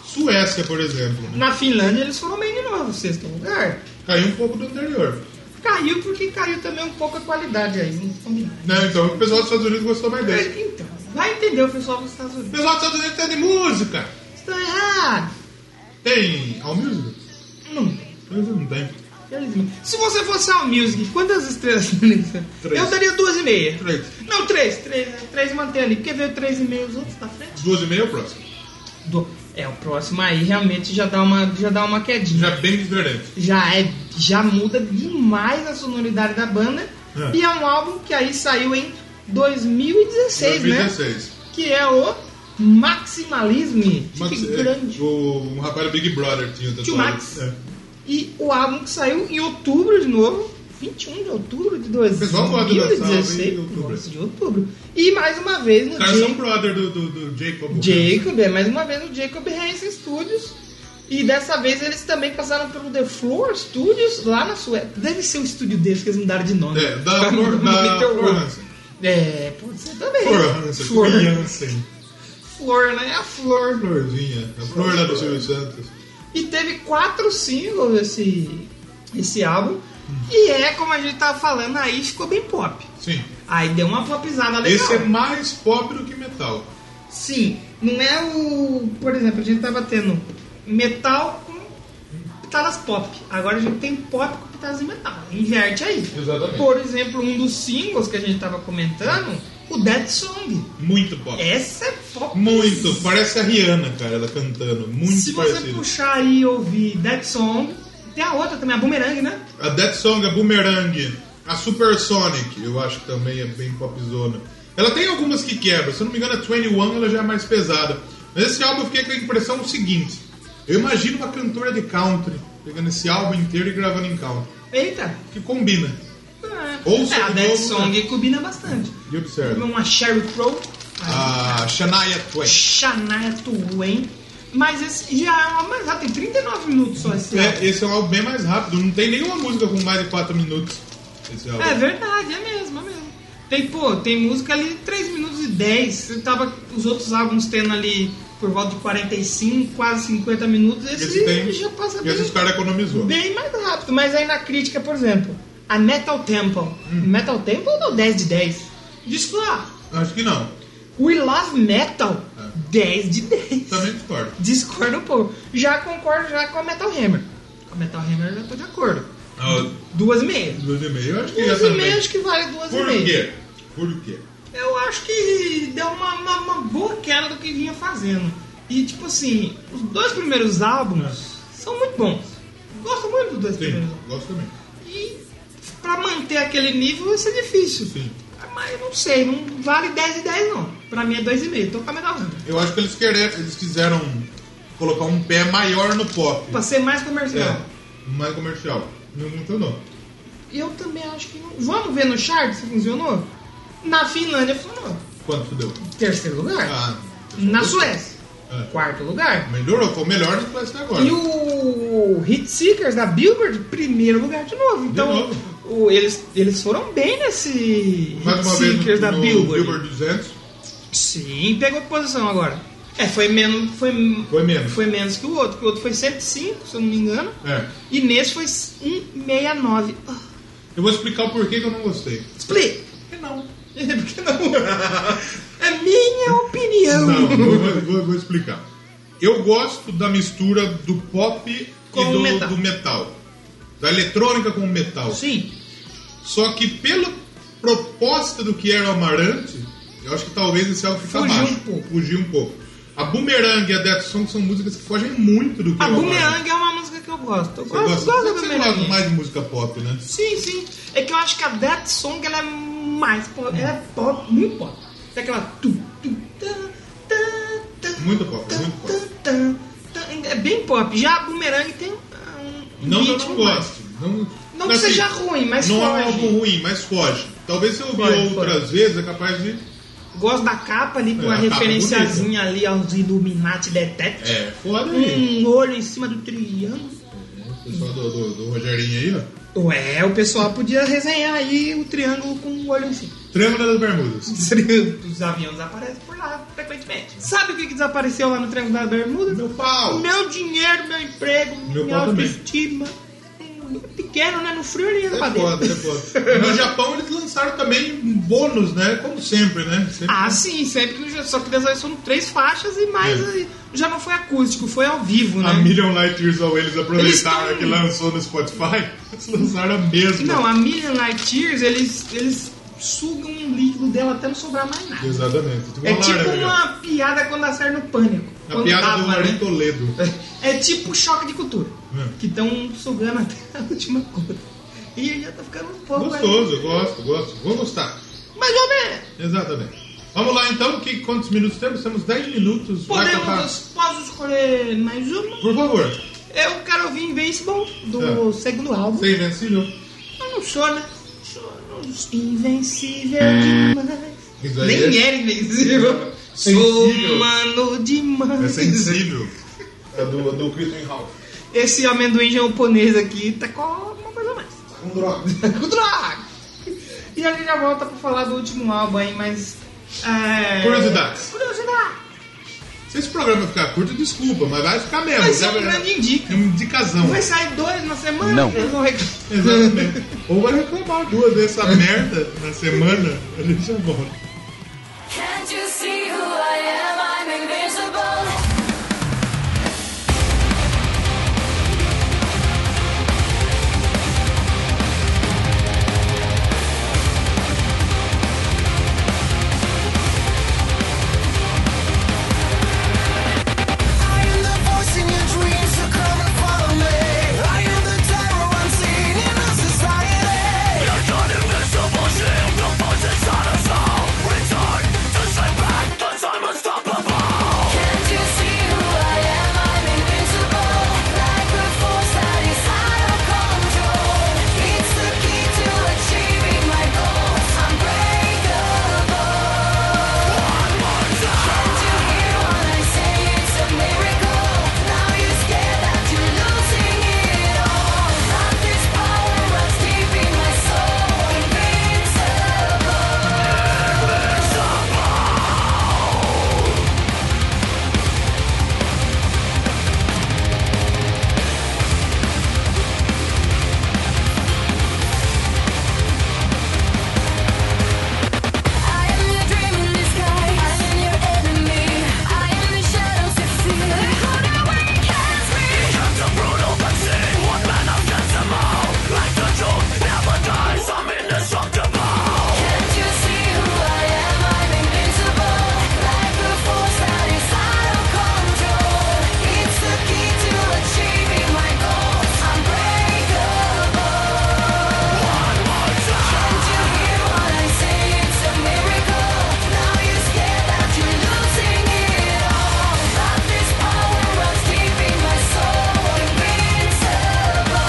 S2: Suécia, por exemplo. né?
S1: Na Finlândia, eles foram bem de novo, sexto lugar.
S2: Caiu um pouco do anterior.
S1: Caiu porque caiu também um pouco a qualidade aí, vamos combinar.
S2: Né? Então o pessoal dos Estados Unidos gostou mais desse.
S1: Então, vai entender o pessoal dos Estados
S2: O
S1: Unidos.
S2: pessoal dos Estados Unidos tem de música.
S1: Está errado.
S2: Tem All Music?
S1: Não
S2: Mas não tem.
S1: Infelizmente. Se você fosse ao Music, quantas estrelas você daria?
S2: Três.
S1: Eu daria duas e meia.
S2: Três.
S1: Não, três. Três, três mantém ali. Porque veio três e meia os outros na frente.
S2: Duas e meia é o próximo.
S1: Do... É, o próximo aí realmente já dá uma, já dá uma quedinha.
S2: Já é bem diferente.
S1: Já, é, já muda demais a sonoridade da banda.
S2: É.
S1: E é um álbum que aí saiu em 2016, né?
S2: 2016.
S1: Que é o Maximalisme.
S2: Mas,
S1: que
S2: é,
S1: grande.
S2: o, um rapaz do Big Brother tinha tatuado.
S1: Tio Max.
S2: É.
S1: E o álbum que saiu em outubro de novo, 21 de outubro de
S2: pessoal gosta de dançar,
S1: 2016.
S2: vem em outubro. um
S1: Nossa, de outubro. E mais uma vez no
S2: Os caras são
S1: Jacob,
S2: é brother do, do, do Jacob.
S1: Jacob, é mais uma vez no Jacob Hansen Studios. E dessa vez eles também passaram pelo The Floor Studios lá na Suécia. Deve ser o estúdio deles que eles mudaram de nome.
S2: É, da,
S1: Pra
S2: Flor-
S1: mudar
S2: da
S1: o Peter Wolf.
S2: Florence.
S1: É, pode ser também.
S2: Florence.
S1: um Flor,
S2: Florence.
S1: Flor, né? É a Flor.
S2: Florzinha. A flor lá do Silvio Santos.
S1: E teve quatro singles esse, esse álbum. E é, como a gente tava falando, aí ficou bem pop.
S2: Sim.
S1: Aí deu uma popizada legal.
S2: Esse é mais pop do que metal.
S1: Sim, não é o. Por exemplo, a gente tava tendo metal com pitadas pop. Agora a gente tem pop com pitadas de metal. Inverte aí.
S2: Exatamente.
S1: Por exemplo, um dos singles que a gente tava comentando, o Dead Song.
S2: Muito pop.
S1: Essa é pop.
S2: Muito. Parece a Rihanna, cara, ela cantando. Muito
S1: Se você
S2: parecido.
S1: puxar aí e ouvir Dead Song, tem a outra também, a Boomerang, né?
S2: A Dead Song, a Boomerang, a Supersonic, eu acho que também é bem popzona. Ela tem algumas que quebra, se eu não me engano a 21 ela já é mais pesada. Mas esse álbum eu fiquei com a impressão seguinte, eu imagino uma cantora de country pegando esse álbum inteiro e gravando em country,
S1: Eita!
S2: que combina.
S1: É,
S2: Ouça
S1: é, a
S2: de
S1: Dead
S2: novo, né?
S1: Song combina bastante.
S2: E observa.
S1: Uma Sherry Crow.
S2: A Shania Twain.
S1: Shania Twain. Mas esse já é uma mais rápida, tem 39 minutos só esse álbum.
S2: É, esse é um álbum bem mais rápido, não tem nenhuma música com mais de 4 minutos. Esse álbum.
S1: É verdade, é mesmo, é mesmo. Tem, pô, tem música ali de 3 minutos e 10. Eu tava os outros álbuns tendo ali por volta de 45, quase 50 minutos. Esse,
S2: esse tem,
S1: já passa
S2: e
S1: bem,
S2: esse os caras economizou.
S1: bem mais rápido. Mas aí na crítica, por exemplo, a Metal Temple.
S2: Hum.
S1: Metal Temple deu 10 de 10. Disco lá.
S2: Acho que não,
S1: We Love Metal, 10 de 10.
S2: É. também discordo.
S1: Discordo um pouco. Já concordo já com a Metal Hammer. Com a Metal Hammer eu já tô de acordo.
S2: Ah,
S1: Duas e meia.
S2: Duas e meia, eu acho que
S1: Duas
S2: essa
S1: e
S2: também.
S1: meia acho que vale duas
S2: Por
S1: e meia.
S2: quê? Por quê?
S1: Eu acho que deu uma, uma, uma boa queda do que vinha fazendo. E tipo assim, os dois primeiros álbuns são muito bons. Gosto muito dos dois
S2: Sim,
S1: primeiros álbuns.
S2: gosto também.
S1: E pra manter aquele nível vai ser difícil.
S2: Sim.
S1: Mas eu não sei, não vale 10 e 10 não. Pra mim é 2,5. Tô com a Metal Hammer.
S2: Eu acho que eles, querer, eles quiseram colocar um pé maior no pop.
S1: Pra ser mais comercial.
S2: É, mais comercial. Não funcionou.
S1: E eu também acho que não. Vamos ver no chart se funcionou? Na Finlândia funcionou.
S2: Quanto deu?
S1: Terceiro lugar.
S2: Ah,
S1: Na Suécia.
S2: É.
S1: Quarto lugar.
S2: melhorou, foi o melhor do que vai ser agora.
S1: E o Hit Seekers da Billboard, primeiro lugar de novo. Então,
S2: novo.
S1: o- eles, eles foram bem nesse
S2: Mais
S1: Hit
S2: uma vez
S1: Seekers
S2: no,
S1: da
S2: no
S1: Billboard.
S2: Billboard 200.
S1: Sim, pegou posição agora. É, foi menos, foi,
S2: Foi menos.
S1: foi menos que o outro, que o outro foi 105, se eu não me engano.
S2: É.
S1: E nesse foi 169. Ah,
S2: Eu vou explicar o porquê que eu não gostei.
S1: Explica. Por que não? Por que não? É minha opinião.
S2: Não, eu vou, vou- vou explicar. Eu gosto da mistura do pop
S1: Com
S2: e do
S1: metal.
S2: do metal. Da eletrônica com o metal.
S1: Sim.
S2: Só que pela proposta do que era o Amarante, eu acho que talvez esse álbum fica
S1: Fugiu
S2: baixo.
S1: um pouco.
S2: Fugiu um pouco. A Boomerang e a Death Song são músicas que fogem muito do que
S1: A
S2: era o Amarante.
S1: Boomerang é uma música que eu gosto. Eu
S2: Você
S1: gosto,
S2: gosta,
S1: gosto da
S2: você gosta
S1: Boomerang.
S2: mais de música pop, né?
S1: Sim, sim. É que eu acho que a Death Song ela é mais pop. Ela é pop, muito pop. Tem aquela. Tu, tu, tan, tan, tan,
S2: Muito pop,
S1: tan,
S2: muito pop.
S1: tan, tan, tan. É bem pop. Já a Boomerang tem ah, um.
S2: Não que eu
S1: ritmo
S2: não
S1: mais.
S2: gosto. Não, assim,
S1: Não que seja ruim, mas
S2: Não é
S1: foge.
S2: um álbum ruim, mas foge. Talvez se eu ouvir
S1: Foge,
S2: outras vezes, é capaz de...
S1: Gosto da capa ali, com
S2: É,
S1: uma
S2: a capa
S1: referenciazinha ali aos Illuminati Detect.
S2: É, foda aí.
S1: Um olho em cima do triângulo.
S2: O pessoal do, do, do Rogerinho aí, ó.
S1: Ué, Então, é, o pessoal podia resenhar aí o triângulo com o olho em cima.
S2: Trâmula das Bermudas.
S1: Os aviões aparecem por lá frequentemente. Sabe o que, que desapareceu lá no Triângulo da Bermuda?
S2: Meu pau.
S1: Meu dinheiro, meu emprego,
S2: Meu
S1: minha
S2: pau também.
S1: autoestima. Hum, Pequeno, né? No frio ele ia
S2: É
S1: pra dentro.
S2: foda, é foda. No Japão eles lançaram também um bônus, né? Como sempre, né? Sempre
S1: Ah, sim, sempre. no- Só que dessa vez foram três faixas e mais.
S2: É.
S1: aí, Já não foi acústico, foi ao vivo, né?
S2: A Million Light Years Away eles aproveitaram
S1: Eles tão-
S2: que lançou no Spotify, eles lançaram a mesma.
S1: Não, a Million Light Tears, eles, eles sugam o líquido dela até não sobrar mais nada.
S2: Exatamente. Tipo
S1: É tipo
S2: laranja.
S1: uma piada quando acerta no pânico.
S2: A
S1: quando
S2: piada
S1: tava,
S2: do
S1: né?
S2: Marinho Toledo.
S1: É tipo choque de cultura.
S2: É.
S1: Que estão sugando até a última coisa. E eu já tô ficando um pouco.
S2: Gostoso, eu gosto, gosto. Vou gostar.
S1: aí. Mas, ô, né?
S2: Exatamente. Vamos lá então, que, quantos minutos temos? Temos 10 minutos. Vai tocar.
S1: Podemos, posso escolher mais uma?
S2: Por favor.
S1: Eu quero ouvir Invincible do
S2: É.
S1: segundo álbum.
S2: Você é invencível.
S1: Eu não sou, né? Sou invencível demais.
S2: Isso aí
S1: Nem
S2: é-
S1: era invencível. Sou
S2: Sensível.
S1: humano
S2: É
S1: demais.
S2: sensível. É do, do Christian Hall.
S1: Esse amendoim é um japonês aqui tá com uma coisa a mais.
S2: Um droga.
S1: com droga. E a gente já volta pra falar do último álbum aí, mas. É...
S2: Curiosidades.
S1: Curiosidade.
S2: Se esse programa ficar curto, desculpa, mas vai ficar mesmo.
S1: Vai ser
S2: é
S1: um
S2: verdade.
S1: grande indica.
S2: É uma indicação.
S1: Vai sair dois na semana?
S6: Não.
S1: eles vão rec-
S2: Exatamente. Ou vai reclamar duas dessa merda na semana, ele já volta.
S5: Can't you see who I am? I'm invincible.
S3: I am the voice in your dreams, so come and follow me. I am the terror unseen in the society.
S5: Can't you see who I am? I'm invincible. Like a force that is out of control. It's the key to achieving my goals. Unbreakable. Can't you hear what I say? It's a miracle. Now you're scared that you're losing it all. But this power runs deep in my soul. Invincible. I am your dream in disguise. I am your enemy. I am the shadows you fear. Who the wind has me? I'm the brutal but sin. One man of decimals. Like the joke never dies. I'm indestructible. Can't you see who I am? I'm invincible. Like a force that is out of control. It's the key to achieving my goals. Unbreakable. Can't you hear what I say? It's a miracle. Now you're scared that you're losing it all. But this power runs deep in my soul. Invincible.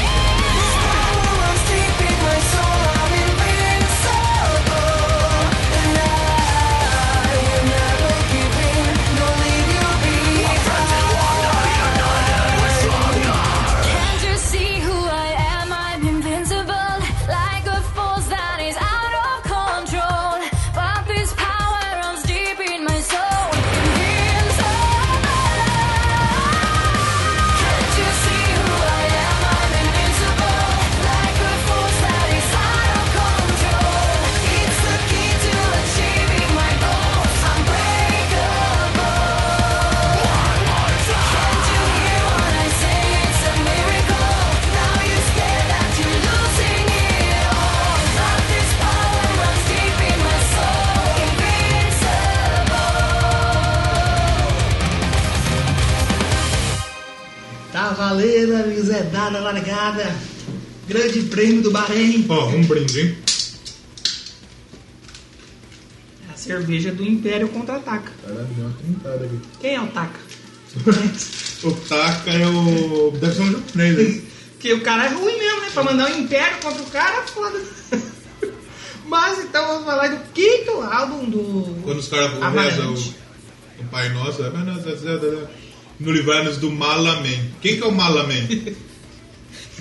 S5: Power runs deep in my soul. I'm invincible, and I will never give in. No, leave you be. Can't you see who I am? I'm invincible, like a force that is out of control. But this power runs deep in my soul. Invincible. Can't you see who I am? I'm invincible, like a force that is out of control. It's the key to achieving my goals. Unbreakable. Can't you hear what I say? It's a miracle. Now you're scared that you're losing it all, but this power runs deep in my soul. Invincible.
S1: Tá Cavaleira, Misedada, é Largada. Grande prêmio do Bahrein.
S2: Ó, um brinde, hein?
S1: A cerveja do Império contra-ataca.
S2: Caralho, deu uma tentada aqui.
S1: Quem é o Taka?
S2: O Taka é o. Deve ser um japonês, né?
S1: Porque o cara é ruim mesmo, né? Pra mandar o Império contra o cara, foda Mas então vamos falar do quinto álbum do.
S2: Quando os caras
S1: Amarante.
S2: rezam o, o Pai Nosso, é, mas nós- nós- nós- nós- no livrar-nos do Malamen. Quem que é o Malamen?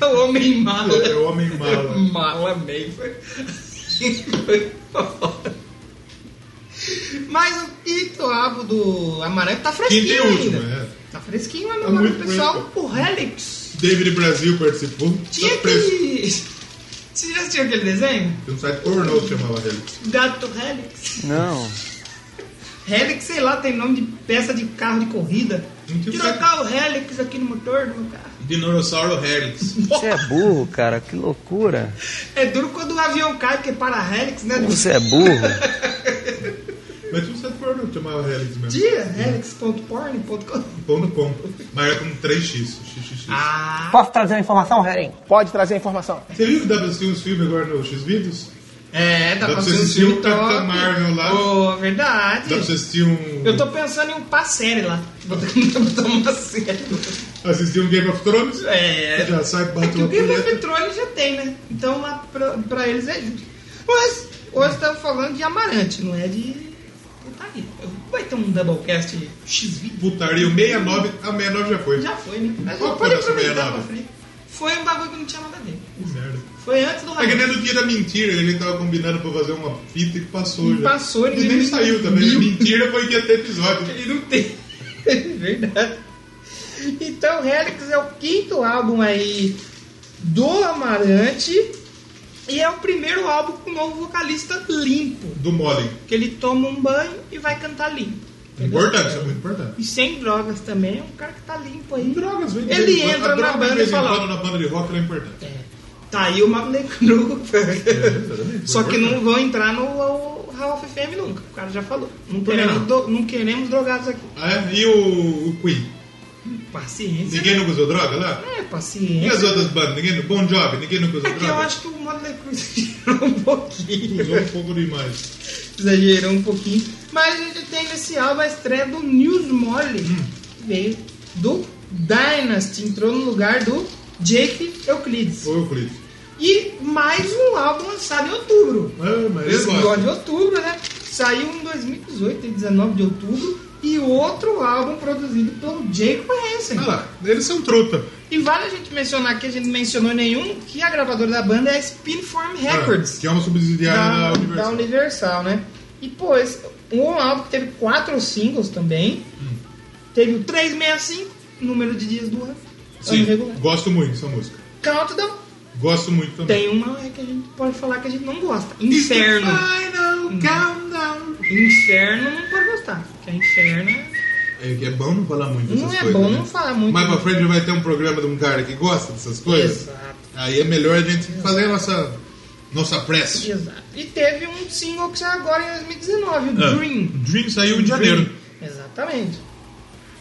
S1: É o Homem Mala.
S2: É o Homem Mala.
S1: Mala meio foi. foi foda. Mas o quinto álbum do Amarante tá fresquinho.
S2: Quinto e último,
S1: ainda.
S2: é.
S1: Tá fresquinho, mas
S2: Tá
S1: agora
S2: muito
S1: o pessoal,
S2: fresco.
S1: o Helix.
S2: David Brasil participou.
S1: Tinha
S2: Tá preso.
S1: aquele. Você já assistiu aquele desenho?
S2: Tem um site pornô que chamava ele.
S1: Gato Helix.
S7: Não.
S1: Helix, sei lá, tem nome de peça de carro de corrida.
S2: Não tem
S1: Trocar o Helix aqui no motor do meu carro.
S2: Dinossauro Helix.
S7: Você é burro, cara, que loucura.
S1: É duro quando o avião cai, porque para Helix, né? Do
S7: Você é burro.
S2: Mas tu sabe por onde chamava Helix mesmo?
S1: dia, helix.porn.com.
S2: Ponto com. Mas é com 3x. XXX.
S1: Ah,
S8: Posso trazer a informação, Helen? Pode trazer a informação.
S2: Você viu que dá pra assistir os filmes agora no X-Videos?
S1: é, dá,
S2: Dá pra
S1: pra
S2: você
S1: fazer um
S2: assistir
S1: filme
S2: o Capitão
S1: top.
S2: Marvel lá.
S1: Ô,
S2: Dá pra você
S1: verdade.
S2: assistir um.
S1: Eu tô pensando em um pá série lá. Vou ter que botar uma série.
S2: Assistir um Game of Thrones?
S1: É,
S2: Já sai,
S1: É
S2: bate
S1: que o
S2: uma
S1: Game of
S2: punheta.
S1: Thrones já tem, né? Então lá pra, pra eles é justo. Mas hoje estamos falando de Amarante, não é de putaria. Vai ter um doublecast X20.
S2: Putaria, o 69, a 69 já foi.
S1: Já foi, né? Mas
S2: Qual
S1: pode
S2: foi essa
S1: aproveitar pra
S2: meia-nova?
S1: frente. Foi um bagulho que não tinha nada a ver.
S2: Que merda.
S1: Foi antes do
S2: É que
S1: Ragnarok.
S2: nem no dia da mentira, ele tava combinando pra fazer uma fita e passou já.
S1: Passou,
S2: e
S1: ninguém
S2: nem saiu também.
S1: viu.
S2: Mentira foi que ia ter episódio.
S1: Ele não tem. É Verdade. Então, Helix é o quinto álbum aí do Amarante. E é o primeiro álbum com o novo vocalista limpo.
S2: Do Molly.
S1: que ele toma um banho e vai cantar limpo. entendeu?
S2: Importante, isso é muito importante.
S1: E sem drogas também, é um cara que tá limpo aí.
S2: Drogas, vem de
S1: Ele
S2: vez em quando.
S1: entra
S2: A droga
S1: na banda
S2: de vez
S1: e
S2: em
S1: fala-
S2: quando Na banda de rock ela é importante.
S1: É. Tá aí uma necru.
S2: É.
S1: Só que não vão entrar no ao Hall of Fame nunca, o cara já falou. Não
S2: Por que
S1: queremos,
S2: não?
S1: do- não queremos drogados aqui.
S2: Ah, é? E o, o Queen?
S1: Paciência.
S2: Ninguém nunca usou droga lá?
S1: É,
S2: E as
S1: paciência.
S2: outras bandas? Ninguém, Bom Job, ninguém nunca usou
S1: É que
S2: droga?
S1: eu acho que o Motley Crue exagerou um pouquinho.
S2: Usou um pouco demais.
S1: Exagerou um pouquinho. Mas a gente tem nesse álbum a estreia do News Molly.
S2: Uhum.
S1: que Veio do Dynasty. Entrou no lugar do Jake Euclides.
S2: Ou Euclides.
S1: E mais um álbum lançado em outubro.
S2: Ah, mas
S1: Esse
S2: eu gosto.
S1: gosta de outubro, né? Saiu em 2018, em 19 de outubro. E outro álbum produzido pelo Jake Hansen.
S2: Ah lá, eles são truta.
S1: E vale a gente mencionar que a gente não mencionou nenhum, que a gravadora da banda é a Spinform
S2: Ah,
S1: Records
S2: que é uma subsidiária
S1: da,
S2: da,
S1: da
S2: Universal.
S1: um Universal, né? E, pô, esse- um álbum que teve quatro singles também. Teve o 365, número de dias do ano. ano regular.
S2: Sim, gosto muito dessa música.
S1: Countdown,
S2: Gosto muito também.
S1: tem uma que a gente pode falar que a gente não gosta. Inferno. Hum.
S2: Final Countdown.
S1: Inferno não pode gostar, porque a Inferno é-
S2: É, que é bom não falar muito dessas
S1: não é
S2: coisas.
S1: bom
S2: né?
S1: não falar muito.
S2: Mais pra frente vai ter um programa de um cara que gosta dessas coisas.
S1: Exato.
S2: Aí é melhor a gente fazer a nossa, nossa prece.
S1: Exato. E teve um single que saiu agora em 2019, o
S2: Ah,
S1: Dream.
S2: Dream saiu em janeiro.
S1: Exatamente.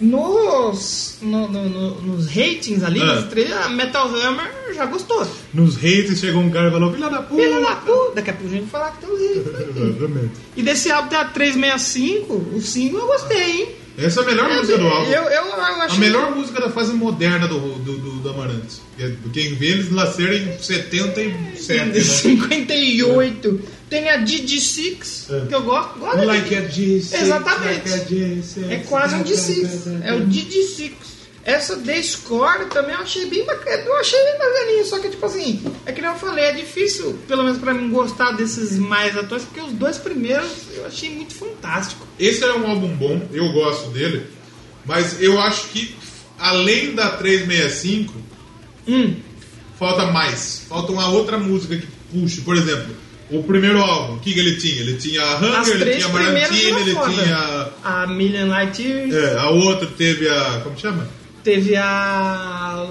S1: Nos, no- no- no- nos ratings ali,
S2: Ah.
S1: nas três, a Metal Hammer já gostou.
S2: Nos haters chegou um cara e falou: Filha da puta!
S1: Filha da puta, daqui a pouco a gente vai falar que tem os ratings.
S2: Exatamente.
S1: E desse álbum da 365, o single eu gostei, hein?
S2: Essa é a melhor música do álbum.
S1: Eu, eu, eu achei...
S2: A melhor música da fase moderna do, do, do, do Amarantes. Que- Quem vê eles nasceram em 77, né?
S1: 58. Tem a DD6,
S2: É.
S1: que eu gosto. Gosto da
S2: Like é
S1: DD6.
S2: a G6,
S1: Exatamente.
S2: um like a G6,
S1: É quase um
S2: tá, tá,
S1: D6.
S2: tá,
S1: É o
S2: tá.
S1: DD6. Essa The Score também eu achei bem bacana. Eu achei bem bacaninha, só que tipo assim, é que nem eu falei, é difícil, pelo menos pra mim, gostar desses mais atuais, porque os dois primeiros eu achei muito fantástico.
S2: Esse é um álbum bom, eu gosto dele, mas eu acho que além da 365,
S1: Hum.
S2: falta mais. Falta uma outra música que puxe. Por exemplo, o primeiro álbum, o que, que ele tinha? Ele tinha a
S1: As
S2: Hunger, ele
S1: três
S2: tinha a
S1: primeiras
S2: Marantina,
S1: eram
S2: ele
S1: foda.
S2: tinha.
S1: A Million Light Years,
S2: É, a outra teve a. Como chama?
S1: teve a.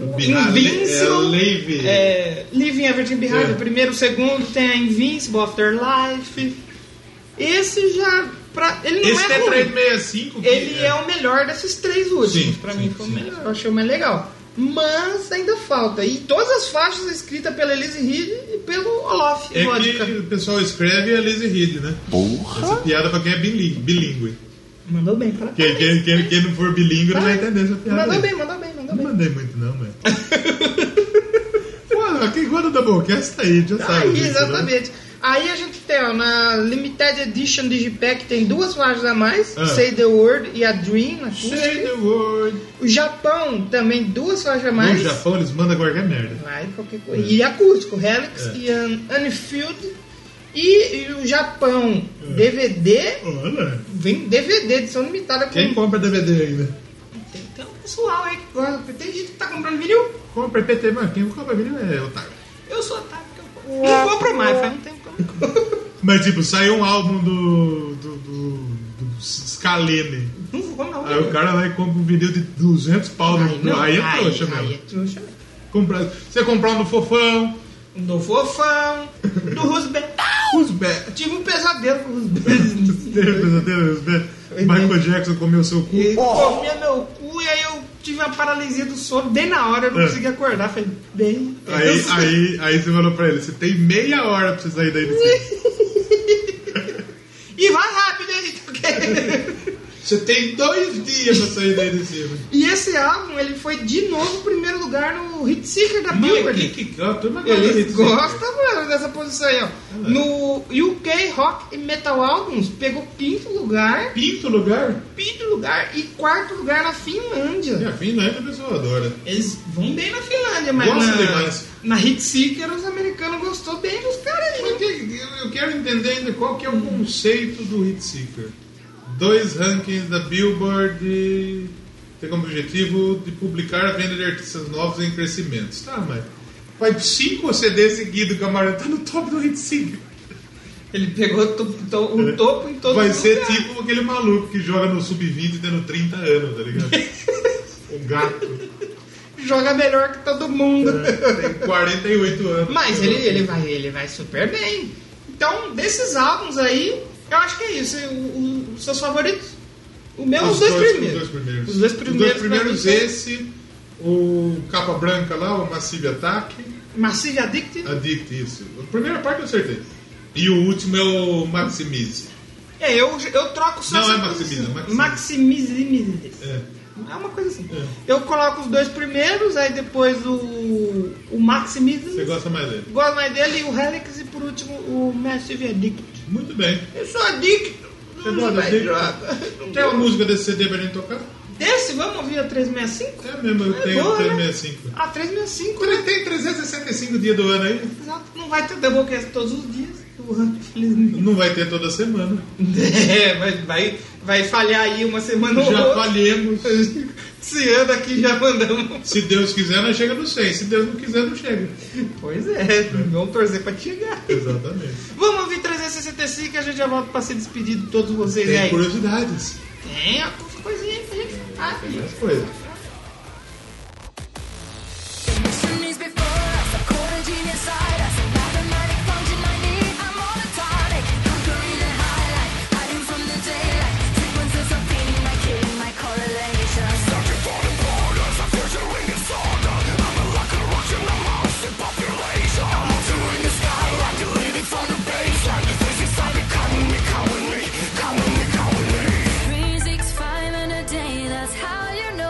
S2: É, a
S1: Invincible.
S2: Lave.
S1: É, Living Everything Behind,
S2: É.
S1: o primeiro, o segundo, tem a Invincible Afterlife. Esse já. Pra, ele não
S2: Esse
S1: é
S2: é
S1: ruim.
S2: 365. que
S1: Ele é. o melhor desses três últimos.
S2: Sim,
S1: pra
S2: sim,
S1: mim foi o
S2: sim.
S1: melhor. Eu achei o mais legal. Mas ainda falta. E todas as faixas escritas pela Elise Reed e pelo Olaf
S2: É
S1: Vodka.
S2: que o pessoal escreve a Lizzie Reed, né?
S6: Porra.
S2: Essa piada pra quem é bilí- bilíngue.
S1: Mandou bem, tá? para
S2: Quem, quem, quem, quem não for bilíngue não vai entender essa piada.
S1: Mandou
S2: aí.
S1: bem, mandou bem, mandou
S2: Não
S1: bem.
S2: mandei muito não, mano. Mano, quem guarda da Doublecast tá aí, já sabe.
S1: Aí,
S2: disso, né?
S1: exatamente. Aí a gente tem, ó, na Limited Edition Digipack tem duas faixas a mais,
S2: Ah.
S1: Say the Word e a Dream acústica.
S2: Say the word.
S1: O Japão também duas faixas a
S2: No
S1: mais.
S2: Japão eles mandam qualquer merda.
S1: Vai, qualquer coisa. E acústico, Helix
S2: É.
S1: e An- Anfield. E, e o Japão,
S2: É.
S1: DVD.
S2: Olha.
S1: Vem DVD, edição limitada com.
S2: Quem compra DVD ainda?
S1: Tem, tem um pessoal aí que gosta, porque tem gente que tá comprando vinil.
S2: Compra PT, mano. Quem compra DVD é otário.
S1: Eu sou otário, porque eu compro. Não compro mais, faz um tempo que eu não compro.
S2: Mas tipo, saiu um álbum do. do, do Scalene.
S1: Não vou, não.
S2: Aí o cara vai e compra um vinil de 200 pau. no-
S1: Aí, não,
S2: aí é
S1: aí-
S2: trouxa
S1: aí é
S2: mesmo.
S1: trouxa mesmo. Um
S2: Comprar, você comprar um do Fofão,
S1: Do Fofão, do Roosevelt.
S2: os Be-
S1: Eu tive um pesadelo com os Beatles.
S2: Teve pesadelo, os Be- Michael Jackson comeu seu cu.
S1: Ele comia meu cu e aí eu tive uma paralisia do sono. Bem na hora eu não
S2: É.
S1: consegui acordar. Falei, bem. eu
S2: Aí,
S1: sou-
S2: aí, aí você falou pra ele, você tem meia hora pra você sair daí desse
S1: E vai rápido, hein? porque-
S2: Você tem dois dias pra sair daí de cima.
S1: e esse álbum, ele foi de novo primeiro lugar no Hit Seeker da Billboard.
S2: que gosta, turma
S1: Eles
S2: disso, né?
S1: gostam, mano, dessa posição aí, ó.
S2: É
S1: No UK Rock e Metal Albums, pegou quinto lugar,
S2: Pinto lugar?
S1: quinto lugar e quarto lugar na
S2: É,
S1: Finlândia.
S2: a Finlândia é a pessoa adora.
S1: Eles vão bem na Finlândia, mas
S2: Gosta
S1: na,
S2: demais.
S1: na Hit Seeker os americanos gostou bem dos caras aí. né?
S2: Mas que- Eu eu quero entender ainda qual que é o conceito do Hit Seeker. Dois rankings da Billboard tem como objetivo de publicar a venda de artistas novos em crescimento. Tá, mas faz cinco CDs seguidos que a Maria tá no top do Hit Seeker.
S1: Ele pegou to- to- o topo em todo
S2: É. Vai
S1: lugar.
S2: ser tipo aquele maluco que joga no sub-20 tendo 30 anos, tá ligado? o gato.
S1: Joga melhor que todo mundo.
S2: Tem 48 anos.
S1: É. Mas ele, ele, vai, ele vai super bem. Então, desses álbuns aí, eu acho que é isso. O- o- os seus favoritos? O meu, é os, dois, primeiros.
S2: Os dois primeiros.
S1: Os dois primeiros.
S2: Os dois primeiros,
S1: pra mim,
S2: esse, o Capa Branca lá, o Massive Attack,
S1: são Massive Addicted.
S2: É. Addict, isso. A primeira parte eu acertei. E o último é o Maximize.
S1: É, eu, eu troco só.
S2: Não,
S1: essa
S2: é Maximize,
S1: posição.
S2: é
S1: Maximize.
S2: É.
S1: É uma coisa assim. Eu coloco os dois primeiros, aí depois o, o Maximize.
S2: Você gosta mais dele.
S1: Gosto mais dele, e o Helix e por último o Massive Addict.
S2: Muito bem.
S1: Eu sou é adicto.
S2: Você
S1: Não
S2: gosta
S1: vai
S2: dele?
S1: droga.
S2: Tem uma música desse CD pra gente tocar?
S1: Desse, vamos ouvir a 365?
S2: É mesmo, eu
S1: É
S2: tenho
S1: boa, né?
S2: 365.
S1: A 365, né?
S2: Ele tem 365 dias do ano aí.
S1: Exato. Não vai ter Doublecast todos os dias. O Ramp, felizmente.
S2: Não vai ter toda semana.
S1: É, vai, vai, vai falhar aí uma semana ou
S2: Já
S1: outra.
S2: falhemos.
S1: Esse ano aqui já mandamos.
S2: Se Deus quiser, nós chega no 100. Se Deus não quiser, não chega.
S1: Pois é, vamos torcer pra chegar.
S2: Exatamente.
S1: Vamos ouvir 365 e a gente já volta pra se despedir de todos vocês
S2: Tem
S1: aí.
S2: curiosidades.
S1: Tem a coisinha Ah, aí que a gente faz.
S2: As coisas.
S5: Chimneys before us, a quarter genius side us. Mathematic function I need, I'm on a tonic. Conquering the highlight, hiding from the daylight. Sequences of painting my killing my correlation. Searching for the borders, I'm filtering disorder. I'm a locker roach in the mouse in population. I'm altering the skyline, deleting from the baseline. This is how becoming me, coming me, coming me, coming me. Three, six, five, and a day, that's how you know.